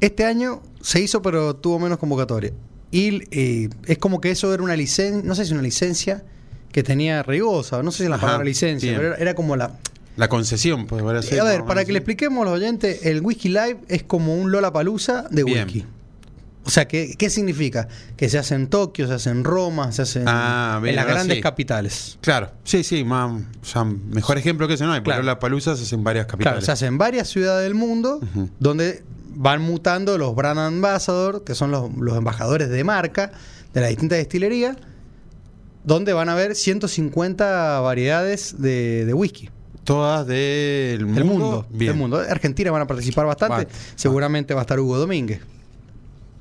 S2: este año se hizo, pero tuvo menos convocatoria. Y eh, es como que eso era una licencia, no sé si una licencia que tenía Rigosa, no sé si la
S4: Ajá,
S2: palabra licencia,
S4: bien.
S2: pero era- era como la,
S4: La concesión, pues parece.
S2: a ver,
S4: ¿no?
S2: para
S4: Sí.
S2: que le expliquemos a los oyentes, el Whisky Live es como un Lola Palusa de
S4: Bien.
S2: whisky. O sea, ¿qué, qué significa? Que se hace en Tokio, se hace en Roma, se hace en,
S4: Ah, bien,
S2: en las
S4: ahora
S2: grandes
S4: sí.
S2: capitales.
S4: Claro, sí, sí, más, o sea, mejor ejemplo que ese no hay, porque
S2: Claro.
S4: la palusa se hace en varias
S2: Claro,
S4: capitales.
S2: se hace en varias ciudades del mundo
S4: Ujú.
S2: donde van mutando los brand ambassador, que son los, los embajadores de marca de las distintas destilerías, donde van a haber 150 variedades de, de whisky.
S4: Todas del mundo.
S2: Del mundo.
S4: Bien.
S2: Del mundo. Argentina van a participar bastante.
S4: Vale.
S2: Seguramente va a estar Hugo Domínguez.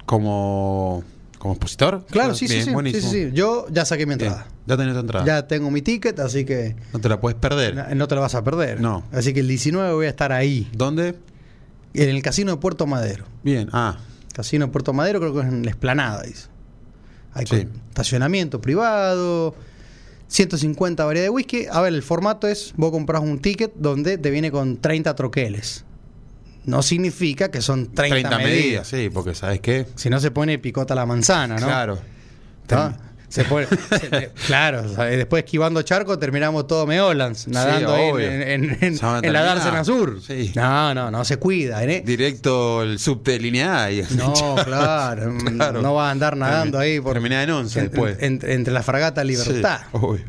S4: Como, como expositor.
S2: Claro, sí,
S4: Bien,
S2: sí, sí, sí,
S4: buenísimo.
S2: sí, sí. Yo ya saqué mi
S4: Bien,
S2: entrada.
S4: Ya tenés tu entrada.
S2: Ya tengo mi ticket, así que
S4: No te la puedes perder.
S2: na- no te la vas a perder.
S4: No.
S2: Así que el 19 voy a estar ahí,
S4: ¿Dónde?
S2: en el casino de Puerto Madero.
S4: Bien, ah,
S2: Casino de Puerto Madero creo que es en la esplanada, dice. Hay
S4: Sí.
S2: con- estacionamiento privado, 150 variedades de whisky. A ver, el formato es, vos compras un ticket donde te viene con 30 troqueles. No significa que son 30,
S4: 30, medidas.
S2: medidas.
S4: sí, porque ¿sabes qué?
S2: Si no se pone picota la manzana, ¿no?
S4: Claro.
S2: ¿no?
S4: Ten-
S2: Se pone- se- te- claro, o sea, después esquivando charco terminamos todo Meolans, nadando ahí
S4: obvio.
S2: en, en- en-
S4: Se van a
S2: en la
S4: terminar.
S2: dársena sur.
S4: Sí.
S2: No, no, no se cuida. ¿eh?
S4: Directo el subte de línea A y
S2: No, claro, mm,
S4: Claro.
S2: no vas a andar nadando ahí. por-
S4: Terminá en once
S2: en-
S4: después.
S2: en- entre la fragata Libertad.
S4: Sí, Oh. obvio.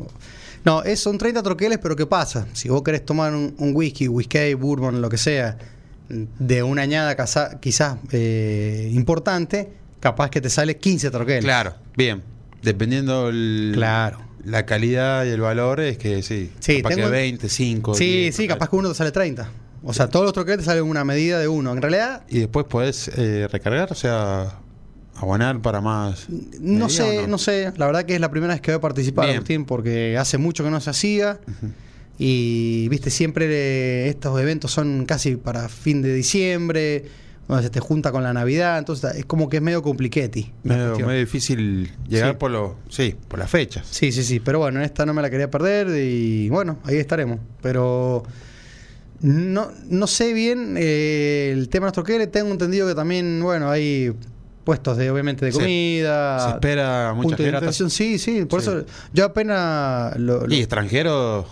S2: No, es, son 30 troqueles, pero ¿qué pasa? Si vos querés tomar un, un whisky, whisky, bourbon, lo que sea, de una añada casa- quizás eh, importante, capaz que te sale 15 troqueles.
S4: Claro, bien. Dependiendo el,
S2: Claro.
S4: la calidad y el valor, es que sí.
S2: Sí,
S4: capaz
S2: tengo-
S4: que 20, 5.
S2: Sí,
S4: 10,
S2: sí, capaz que uno te sale 30. O sea, todos los troqueles te salen una medida de uno. En realidad,
S4: Y después podés eh, recargar, o sea, abonar para más.
S2: no
S4: medida
S2: sé,
S4: o
S2: no? sé. La verdad que es la primera vez que voy a participar,
S4: Bien.
S2: Agustín, porque hace mucho que no se hacía. Y, viste, siempre eh, estos eventos son casi para fin de diciembre, donde se te junta con la Navidad. Entonces, es como que es medio compliquetti. la
S4: Medio,
S2: cuestión.
S4: medio difícil llegar
S2: Sí.
S4: por los. Sí, por las fechas.
S2: Sí, sí, sí. Pero bueno, esta no me la quería perder y bueno, ahí estaremos. Pero No, no sé bien eh, el tema de nuestro que tengo entendido que también, bueno, hay puestos de obviamente de
S4: Se-
S2: comida.
S4: Se espera mucha
S2: punto de
S4: gente.
S2: hidratación, sí, sí, por
S4: Sí.
S2: eso yo apenas lo, lo-
S4: Y extranjeros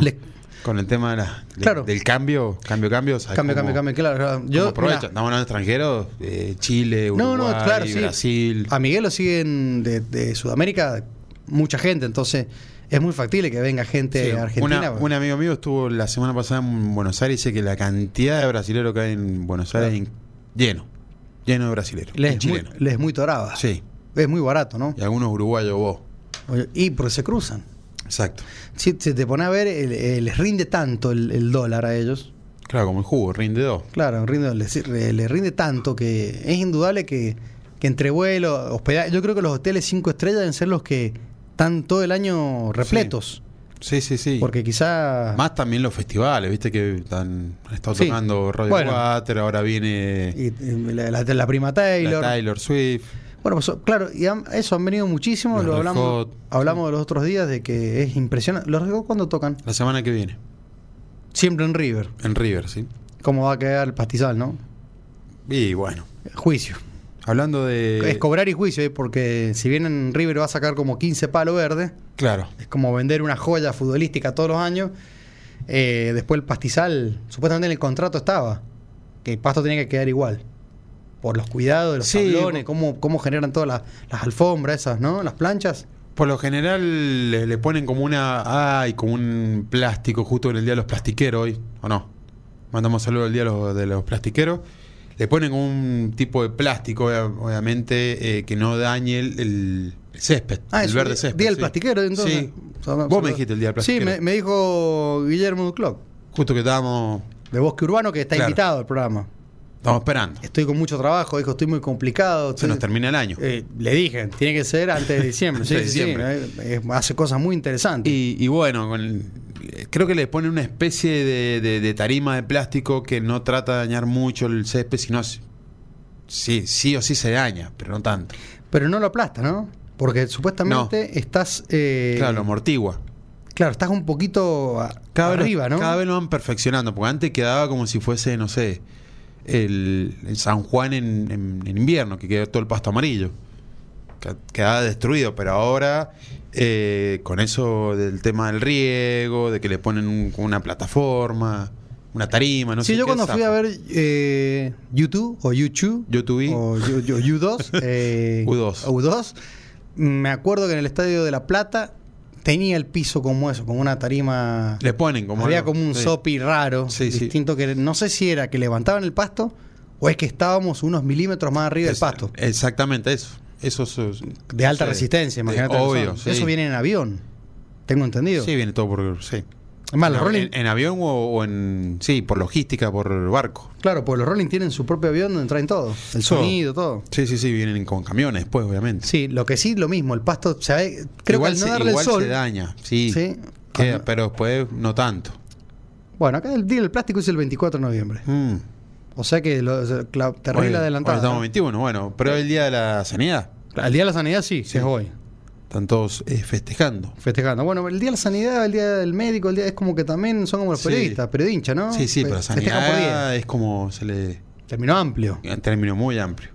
S2: le-
S4: con el tema de la- de-
S2: Claro.
S4: del cambio, cambio, cambio. o sea,
S2: cambio,
S4: cómo-
S2: cambio, cambio, claro.
S4: Yo,
S2: Yo
S4: aprovecho,
S2: mira,
S4: estamos hablando de extranjeros, eh, Chile,
S2: No,
S4: Uruguay,
S2: no, claro, sí.
S4: Brasil.
S2: a Miguel lo siguen de, de Sudamérica mucha gente, entonces es muy factible que venga gente
S4: Sí,
S2: argentina.
S4: una- un amigo mío estuvo la semana pasada en Buenos Aires y dice que la cantidad de brasileros que hay en Buenos Aires es in- lleno, lleno de brasileros. y
S2: les, es muy,
S4: chilenos.
S2: les es muy torada.
S4: Sí,
S2: Es muy barato, ¿no?
S4: y algunos uruguayos vos.
S2: Oye, Y porque se cruzan.
S4: Exacto.
S2: Si, si te pones a ver, el- eh, les rinde tanto el, el dólar a ellos.
S4: Claro, como el jugo, rinde dos.
S2: Claro, rinde, les, les rinde tanto que es indudable que, que entre vuelo, hospedaje, yo creo que los hoteles cinco estrellas deben ser los que están todo el año repletos.
S4: Sí, sí, sí.
S2: Porque quizá...
S4: Más también los festivales, viste que están, han estado
S2: Sí.
S4: tocando Radio
S2: Bueno.
S4: Water, ahora viene
S2: y- y la, la- la prima
S4: la
S2: Taylor.
S4: Taylor. Swift.
S2: Bueno, pues, claro, y han- eso han venido muchísimo.
S4: Los
S2: lo
S4: Red
S2: hablamos,
S4: Hot.
S2: hablamos de los otros días de que es impresionante. ¿Los Red Hot cuándo tocan?
S4: La semana que viene,
S2: Siempre en River.
S4: en River, ¿sí?
S2: ¿Cómo va a quedar el pastizal, no?
S4: Y bueno,
S2: Juicio.
S4: hablando de...
S2: es cobrar y juicio, ¿eh? porque si bien en River va a sacar como 15 palos verdes,
S4: Claro.
S2: es como vender una joya futbolística todos los años. eh, después el pastizal, supuestamente en el contrato estaba, que el pasto tenía que quedar igual. Por los cuidados de los
S4: Sí,
S2: tablones,
S4: por-
S2: cómo, cómo generan todas las, las alfombras esas, ¿no? Las planchas.
S4: Por lo general le, le ponen como una... Ay, como un plástico justo en el Día de los Plastiqueros hoy, ¿o no? Mandamos saludos al Día de los, de los Plastiqueros. Le ponen como un tipo de plástico, obvia- obviamente, eh, que no dañe el, el- el césped, el
S2: Ah, es
S4: verde
S2: un día-
S4: césped.
S2: Día del
S4: sí.
S2: plastiquero, entonces.
S4: Sí.
S2: Son-
S4: Vos
S2: son-
S4: me dijiste el Día del plastiquero.
S2: Sí, me, me dijo Guillermo Ducloc,
S4: Justo que estábamos,
S2: de Bosque Urbano, que está
S4: Claro.
S2: invitado al programa.
S4: estábamos esperando.
S2: Estoy con mucho trabajo, dijo, estoy muy complicado.
S4: Se
S2: estoy-
S4: nos termina el año.
S2: Eh, le dije, tiene que ser antes de diciembre. sí,
S4: Antes de
S2: sí, sí,
S4: diciembre.
S2: eh, eh, hace cosas muy interesantes.
S4: Y, y bueno, con el- creo que le ponen una especie de, de- de tarima de plástico que no trata de dañar mucho el césped, sino si- sí, sí o sí se daña, pero no tanto.
S2: Pero no lo aplasta, ¿no? Porque supuestamente estás. eh,
S4: claro, lo amortigua.
S2: claro, estás un poquito a-
S4: Cada vez,
S2: arriba,
S4: lo,
S2: ¿no?
S4: cada vez lo van perfeccionando, porque antes quedaba como si fuese, no sé, el, el San Juan en, en- en invierno, que quedó todo el pasto amarillo. Que- Quedaba destruido, pero ahora eh, con eso del tema del riego, de que le ponen un- como una plataforma, una tarima, no
S2: sí,
S4: sé
S2: yo
S4: qué,
S2: cuando fui a
S4: zafa.
S2: ver eh, YouTube o YouTube,
S4: YouTube.
S2: o Yu- Yu- U2, eh,
S4: U2.
S2: U2, me acuerdo que en el estadio de La Plata tenía el piso como eso, como una tarima.
S4: Le ponen como.
S2: había
S4: algo,
S2: como un
S4: sí.
S2: sopi raro,
S4: Sí, sí.
S2: distinto que no sé si era que levantaban el pasto o es que estábamos unos milímetros más arriba del
S4: Es-
S2: pasto.
S4: Exactamente, eso. Eso es-
S2: De alta
S4: sí.
S2: resistencia,
S4: De-
S2: imagínate. lo que
S4: Obvio,
S2: son.
S4: sí.
S2: Eso viene en avión, tengo entendido.
S4: Sí, viene todo por. Sí.
S2: Además, los
S4: en,
S2: Rolling,
S4: en- en avión o, o en. Sí, por logística, por barco.
S2: claro, pues los Rolling tienen su propio avión donde traen todo, el
S4: Todo.
S2: sonido, todo.
S4: Sí, sí, sí, vienen con camiones después, obviamente.
S2: Sí, lo que sí, lo mismo, el pasto, o sea, eh, creo
S4: igual
S2: que al
S4: se,
S2: no darle el
S4: igual
S2: sol,
S4: se daña, sí.
S2: Sí.
S4: Queda,
S2: Ajá.
S4: pero después no tanto.
S2: bueno, acá el día del plástico es el 24 de noviembre,
S4: Mm.
S2: o sea que lo, se- cla- terrible
S4: Hoy-
S2: adelantado.
S4: hoy estamos 21, bueno, pero el día de la sanidad.
S2: El día de la sanidad sí,
S4: Sí.
S2: es hoy,
S4: Están todos eh, festejando.
S2: festejando. Bueno, el día de la sanidad, el día del médico, el día es como que también son como los
S4: Sí.
S2: periodistas, pero de hincha, ¿no?
S4: sí, sí,
S2: Fe-
S4: pero
S2: festejan por día.
S4: sanidad es como se le.
S2: Terminó amplio,
S4: en términos muy amplios.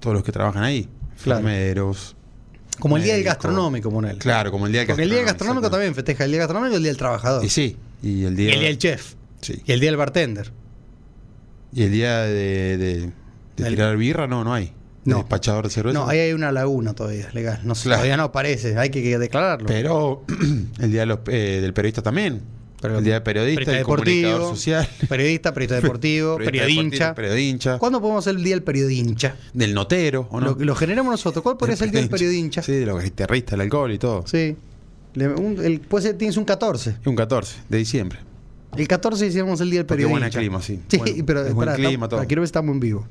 S4: Todos los que trabajan ahí.
S2: Claro.
S4: Enfermeros.
S2: como el día del
S4: médicos.
S2: gastronómico, Monel.
S4: Claro, como el día del
S2: Porque el día del gastronómico
S4: exactamente.
S2: también festeja el día del gastronómico y el día del trabajador.
S4: Y sí. Y el
S2: Y
S4: día,
S2: el día del chef.
S4: sí.
S2: Y el día del bartender.
S4: Y el día de, de- de
S2: El-
S4: tirar birra, no, no hay. De
S2: No.
S4: Despachador de cerveza.
S2: No, ahí hay una laguna todavía, legal. No sé,
S4: Claro.
S2: todavía no aparece, hay que, que declararlo.
S4: Pero el día de los, eh, del periodista también.
S2: Pero-
S4: el día del periodista, el comunicador social.
S2: periodista, periodista deportivo, periodincha.
S4: deportivo, Periodincha.
S2: ¿Cuándo podemos hacer el día del periodincha?
S4: Del notero, ¿o no?
S2: Lo, lo generamos nosotros. ¿Cuál podría ser el día del periodincha?
S4: Sí,
S2: Sí.
S4: de los guitarristas, el alcohol y todo.
S2: Le- un- el- puede ser, tienes un 14.
S4: Y un 14 de diciembre.
S2: El 14 hicimos el día del
S4: Porque
S2: periodincha.
S4: buena clima, sí.
S2: Sí,
S4: Bueno,
S2: pero
S4: es buen
S2: pará,
S4: clima,
S2: estamos-
S4: todo.
S2: pará, quiero ver si estamos en vivo.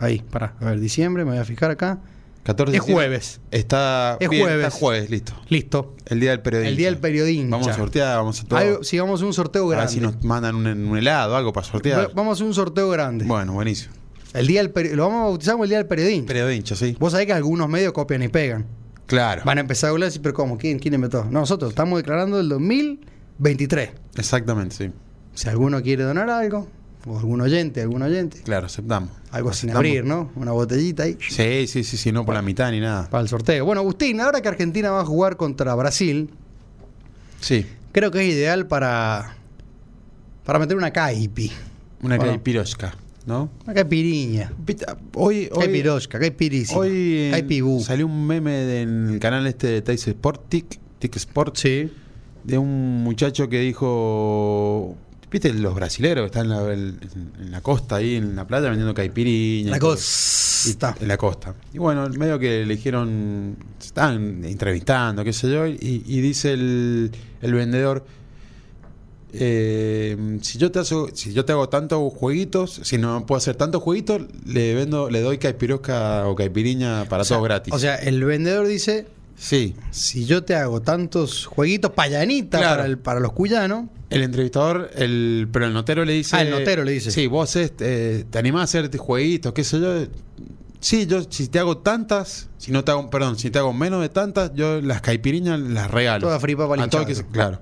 S2: Ahí, pará. A ver, diciembre, me voy a fijar acá.
S4: 14 de
S2: Es
S4: diciembre.
S2: jueves.
S4: Está,
S2: Es
S4: bien,
S2: jueves.
S4: está jueves, listo.
S2: Listo.
S4: El día del periodista.
S2: El día del periodincha.
S4: Vamos a sortear, vamos a todo.
S2: Algo- sí, vamos a hacer un sorteo
S4: a
S2: grande.
S4: ver si nos mandan un, un helado, algo para sortear.
S2: Vamos a hacer un sorteo grande.
S4: Bueno, buenísimo.
S2: El día del peri- lo vamos a bautizar como el día del periodín.
S4: Periodincha, sí.
S2: Vos sabés que algunos medios copian y pegan.
S4: Claro.
S2: Van a empezar a hablar así, pero ¿cómo? ¿Quién, quién inventó? No, Nosotros estamos declarando el 2023.
S4: Exactamente, sí.
S2: Si alguno quiere donar algo, o algún oyente, algún oyente,
S4: Claro, aceptamos.
S2: algo sin
S4: Aceptamos.
S2: abrir, ¿no? Una botellita ahí
S4: Sí, sí, sí, sí, no por la mitad ni nada.
S2: para el sorteo. Bueno, Agustín, ahora que Argentina va a jugar contra Brasil,
S4: Sí,
S2: creo que es ideal para, para meter una caipi,
S4: una
S2: Bueno.
S4: caipirosca, ¿no?
S2: una caipiriña,
S4: Pita, Hoy, hoy,
S2: caipiroshka, caipirísima,
S4: hoy
S2: caipibú.
S4: eh, salió un meme de- en el canal este de Tice Sport, Tic, Tic Sport,
S2: Sí,
S4: de un muchacho que dijo, viste, los brasileros que están en la, en- en la costa ahí, en la playa, vendiendo caipiriñas.
S2: la
S4: y todo.
S2: cosa
S4: Y-
S2: está.
S4: En la costa. Y bueno, medio que le dijeron, se están entrevistando, qué sé yo, y, y dice el, el vendedor, eh, si, yo te hago, si yo te hago tantos jueguitos, si no puedo hacer tantos jueguitos, le vendo, le doy caipirosca o caipiriña para todos gratis.
S2: O sea, el vendedor dice,
S4: sí.
S2: si yo te hago tantos jueguitos payanita
S4: Claro.
S2: para, el- para los cuyanos,
S4: El entrevistador, el, pero el notero le dice.
S2: Ah, el notero le dice.
S4: Sí, vos haces, eh, te animás a hacer jueguitos, qué sé yo. Sí, yo si te hago tantas, si no te hago, perdón, si te hago menos de tantas, yo las caipiriñas las regalo.
S2: Toda fripa para
S4: A todo el que
S2: hinchar.
S4: se- Claro.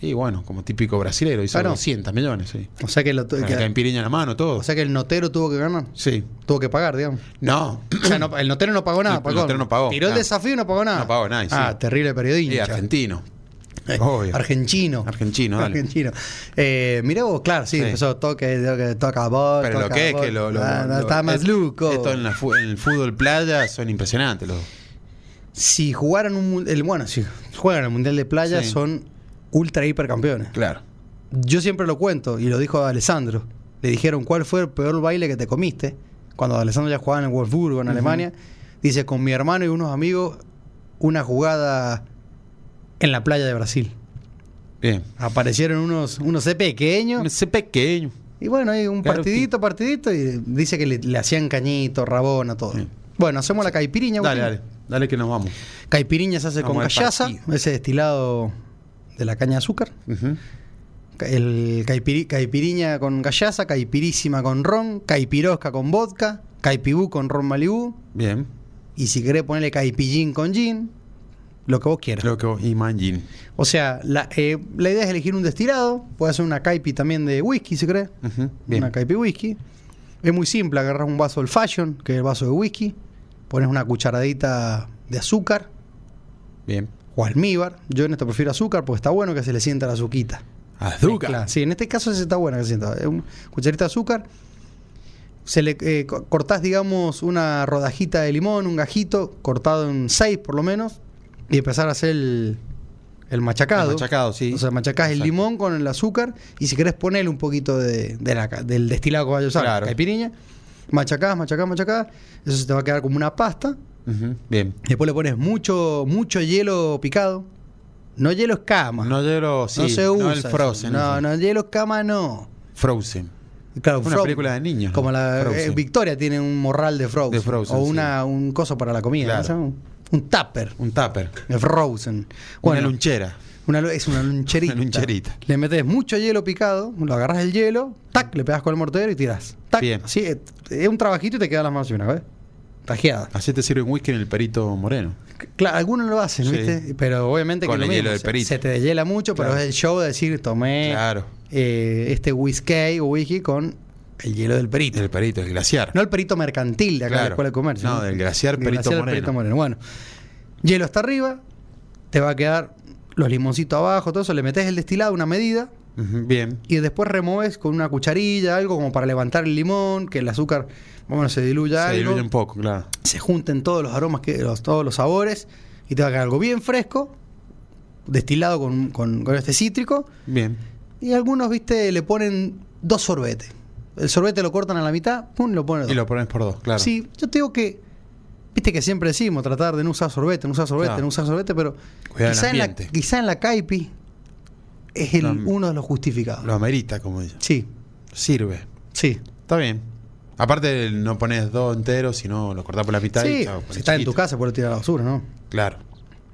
S4: Y bueno, como típico brasilero, hizo
S2: Claro.
S4: 200 millones, sí.
S2: o sea que, lo tu-
S4: Con la
S2: que-
S4: caipiriña en la mano, todo.
S2: o sea que el notero tuvo que ganar,
S4: sí.
S2: tuvo que pagar, digamos.
S4: No.
S2: O sea, no- el notero no pagó nada.
S4: El
S2: Pacón.
S4: notero no pagó,
S2: Tiró el
S4: nada.
S2: desafío y no pagó nada.
S4: No pagó nada, y sí.
S2: Ah, terrible periodista. Eh,
S4: Y argentino. Obvio.
S2: Argentino.
S4: Argentino, dale.
S2: Argentino. Eh, mirá vos, claro, sí,
S4: Sí.
S2: empezó toque, toque, toca vos.
S4: Pero lo
S2: toca
S4: que es
S2: vos.
S4: que lo, lo-
S2: Ah,
S4: lo-
S2: Está más
S4: es-
S2: luco.
S4: Esto en, la fu- en el fútbol playa son impresionantes los.
S2: Si jugaran un. mun- El, bueno, si juegan el Mundial de Playa,
S4: Sí.
S2: son ultra hipercampeones.
S4: Claro.
S2: Yo siempre lo cuento, y lo dijo Alessandro. Le dijeron cuál fue el peor baile que te comiste. Cuando Alessandro ya jugaba en el Wolfsburgo, en Alemania. Dice, con mi hermano y unos amigos, una jugada en la playa de Brasil.
S4: Bien.
S2: Aparecieron unos, unos C pequeños.
S4: Ese pequeño.
S2: Y bueno, hay un
S4: Claro,
S2: partidito, partidito, y dice que le, le hacían cañito, rabona, todo.
S4: Sí.
S2: Bueno, hacemos la caipiriña.
S4: Dale,
S2: Agustín.
S4: dale, dale que nos vamos.
S2: Caipiriña se hace
S4: Vamos
S2: con
S4: al
S2: callaza,
S4: partido.
S2: ese destilado de la caña de azúcar. El caipiri- caipiriña con callaza, caipirísima con ron, caipirosca con vodka, caipibú con ron malibú.
S4: Bien.
S2: Y si querés ponerle caipillín con gin, lo que vos quieras.
S4: Creo que vos- y Manjin.
S2: O sea, la, eh, la idea es elegir un destilado. Puede hacer una caipi también de whisky, si querés.
S4: Ujú, bien.
S2: Una caipi whisky. Es muy simple, agarras un vaso del fashion, que es el vaso de whisky. Pones una cucharadita de azúcar
S4: Bien.
S2: o almíbar. Yo en esto prefiero azúcar porque está bueno que se le sienta la azuquita.
S4: Azúcar.
S2: Claro, Sí, en este caso sí está buena que se sienta. Es un cucharita de azúcar. Se le eh, co- cortás, digamos, una rodajita de limón, un gajito, cortado en seis por lo menos, y empezar a hacer el, el machacado.
S4: El machacado, sí.
S2: O sea, machacás el
S4: Exacto.
S2: limón con el azúcar, y si querés ponerle un poquito de, de la ca- del destilado que vaya a usar,
S4: Claro.
S2: caipiriña, machacás, machacás, machacás, eso se te va a quedar como una pasta.
S4: Ujú, bien.
S2: Después le pones mucho, mucho hielo picado. No hielo escama.
S4: No hielo, sí,
S2: no se usa.
S4: el
S2: eso.
S4: Frozen.
S2: No,
S4: ese.
S2: no, hielo escama no.
S4: Frozen.
S2: Claro,
S4: Una película de niños,
S2: Como
S4: ¿no?
S2: la eh,
S4: Frozen.
S2: Victoria tiene un morral de Frozen.
S4: De Frozen,
S2: o una, un coso para la comida.
S4: Claro.
S2: ¿no? ¿Sabes? Un, un tupper
S4: Un tupper.
S2: de Frozen.
S4: Una
S2: Bueno,
S4: lunchera.
S2: una lu- es una luncherita.
S4: Una luncherita.
S2: Le metes mucho hielo picado, lo agarras el hielo, tac, le pegas con el mortero y tiras. Tac.
S4: Bien.
S2: Así, eh, es un trabajito y te quedan las manos llenas, ¿ves? Tajeadas.
S4: Así te sirve un whisky en el perito moreno.
S2: Claro, algunos lo hacen,
S4: Sí.
S2: ¿viste? Pero obviamente
S4: Con
S2: que
S4: el
S2: lo
S4: hielo
S2: mismo,
S4: del
S2: se-
S4: perito.
S2: Se, te deshiela mucho, pero
S4: Claro.
S2: es el show de decir, tomé
S4: Claro.
S2: eh, este whisky o whisky con el hielo del perito.
S4: El perito, el glaciar.
S2: no el perito mercantil de acá de la
S4: Claro.
S2: Escuela de Comercio.
S4: No, del glaciar
S2: Del
S4: Perito
S2: glaciar
S4: Moreno.
S2: Bueno, hielo hasta arriba, te va a quedar los limoncitos abajo, todo eso. Le metes el destilado, una medida,
S4: Ujú, bien.
S2: y después removes con una cucharilla, algo como para levantar el limón, que el azúcar, bueno, se diluya
S4: Se
S2: algo
S4: diluye un poco, claro.
S2: se junten todos los aromas, que, los- todos los sabores, y te va a quedar algo bien fresco, destilado con, con- con este cítrico,
S4: Bien.
S2: y algunos, viste, le ponen dos sorbetes. El sorbete lo cortan a la mitad, pum, lo ponen
S4: Y
S2: dos.
S4: lo pones por dos, claro.
S2: Sí, yo te digo que, viste que siempre decimos, tratar de no usar sorbete, no usar sorbete,
S4: Claro.
S2: no usar sorbete, pero
S4: Cuidar el
S2: quizá en, la,
S4: ambiente.
S2: quizá en la caipi es el,
S4: Lo-
S2: uno de los justificados.
S4: Lo amerita, como dice.
S2: Sí,
S4: Sirve.
S2: sí.
S4: Está bien. Aparte, no pones dos enteros, sino lo cortás por la mitad y
S2: Sí,
S4: chao, pones
S2: si está en tu
S4: chiquito.
S2: casa, puedes tirar a la basura, ¿no?
S4: Claro.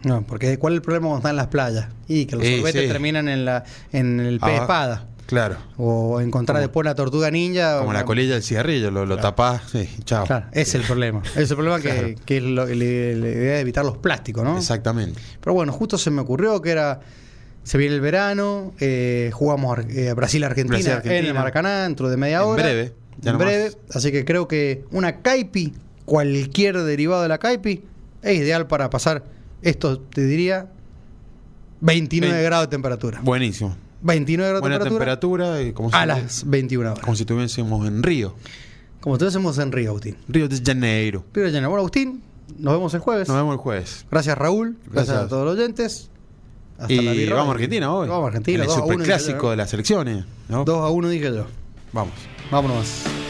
S2: No, porque ¿cuál es el problema cuando están en las playas? Y que los
S4: Sí,
S2: sorbetes
S4: sí.
S2: terminan en, la, en el pez
S4: Ah,
S2: espada.
S4: Claro.
S2: O encontrar
S4: Como-
S2: después la tortuga ninja. o
S4: Como la
S2: una-
S4: colilla del cigarrillo, lo, lo tapás, sí, chao.
S2: Claro, ese es el problema. Ah. Ese es el problema que,
S4: Claro.
S2: que es lo- la idea la idea de evitar los plásticos, ¿no?
S4: Exactamente.
S2: Pero bueno, justo se me ocurrió que era Se viene el verano, eh, jugamos Ar- eh, Brasil-Argentina
S4: Brasil-Argentina.
S2: en el Maracaná dentro de media
S4: En
S2: hora.
S4: breve, ya
S2: en
S4: nomás.
S2: breve. Así que creo que una caipi, cualquier derivado de la caipi, es ideal para pasar esto, te diría, 29
S4: Vein-
S2: grados de temperatura.
S4: Buenísimo.
S2: 29 grados de
S4: Buena
S2: temperatura,
S4: temperatura, y como,
S2: a
S4: si,
S2: las 21 horas.
S4: como si estuviésemos en Río.
S2: Como estuviésemos en Río, Agustín.
S4: Río de Janeiro.
S2: Río de Janeiro. Bueno, Agustín, nos vemos el jueves.
S4: Nos vemos el jueves.
S2: Gracias, Raúl. Gracias,
S4: Gracias.
S2: a todos los oyentes. Hasta
S4: y
S2: la birra.
S4: vamos a Argentina hoy.
S2: Vamos a Argentina.
S4: En el
S2: dos a uno, dije
S4: superclásico
S2: yo,
S4: de las elecciones. ¿no?
S2: ¿eh? 2 a 1, dije yo.
S4: Vamos.
S2: Vámonos.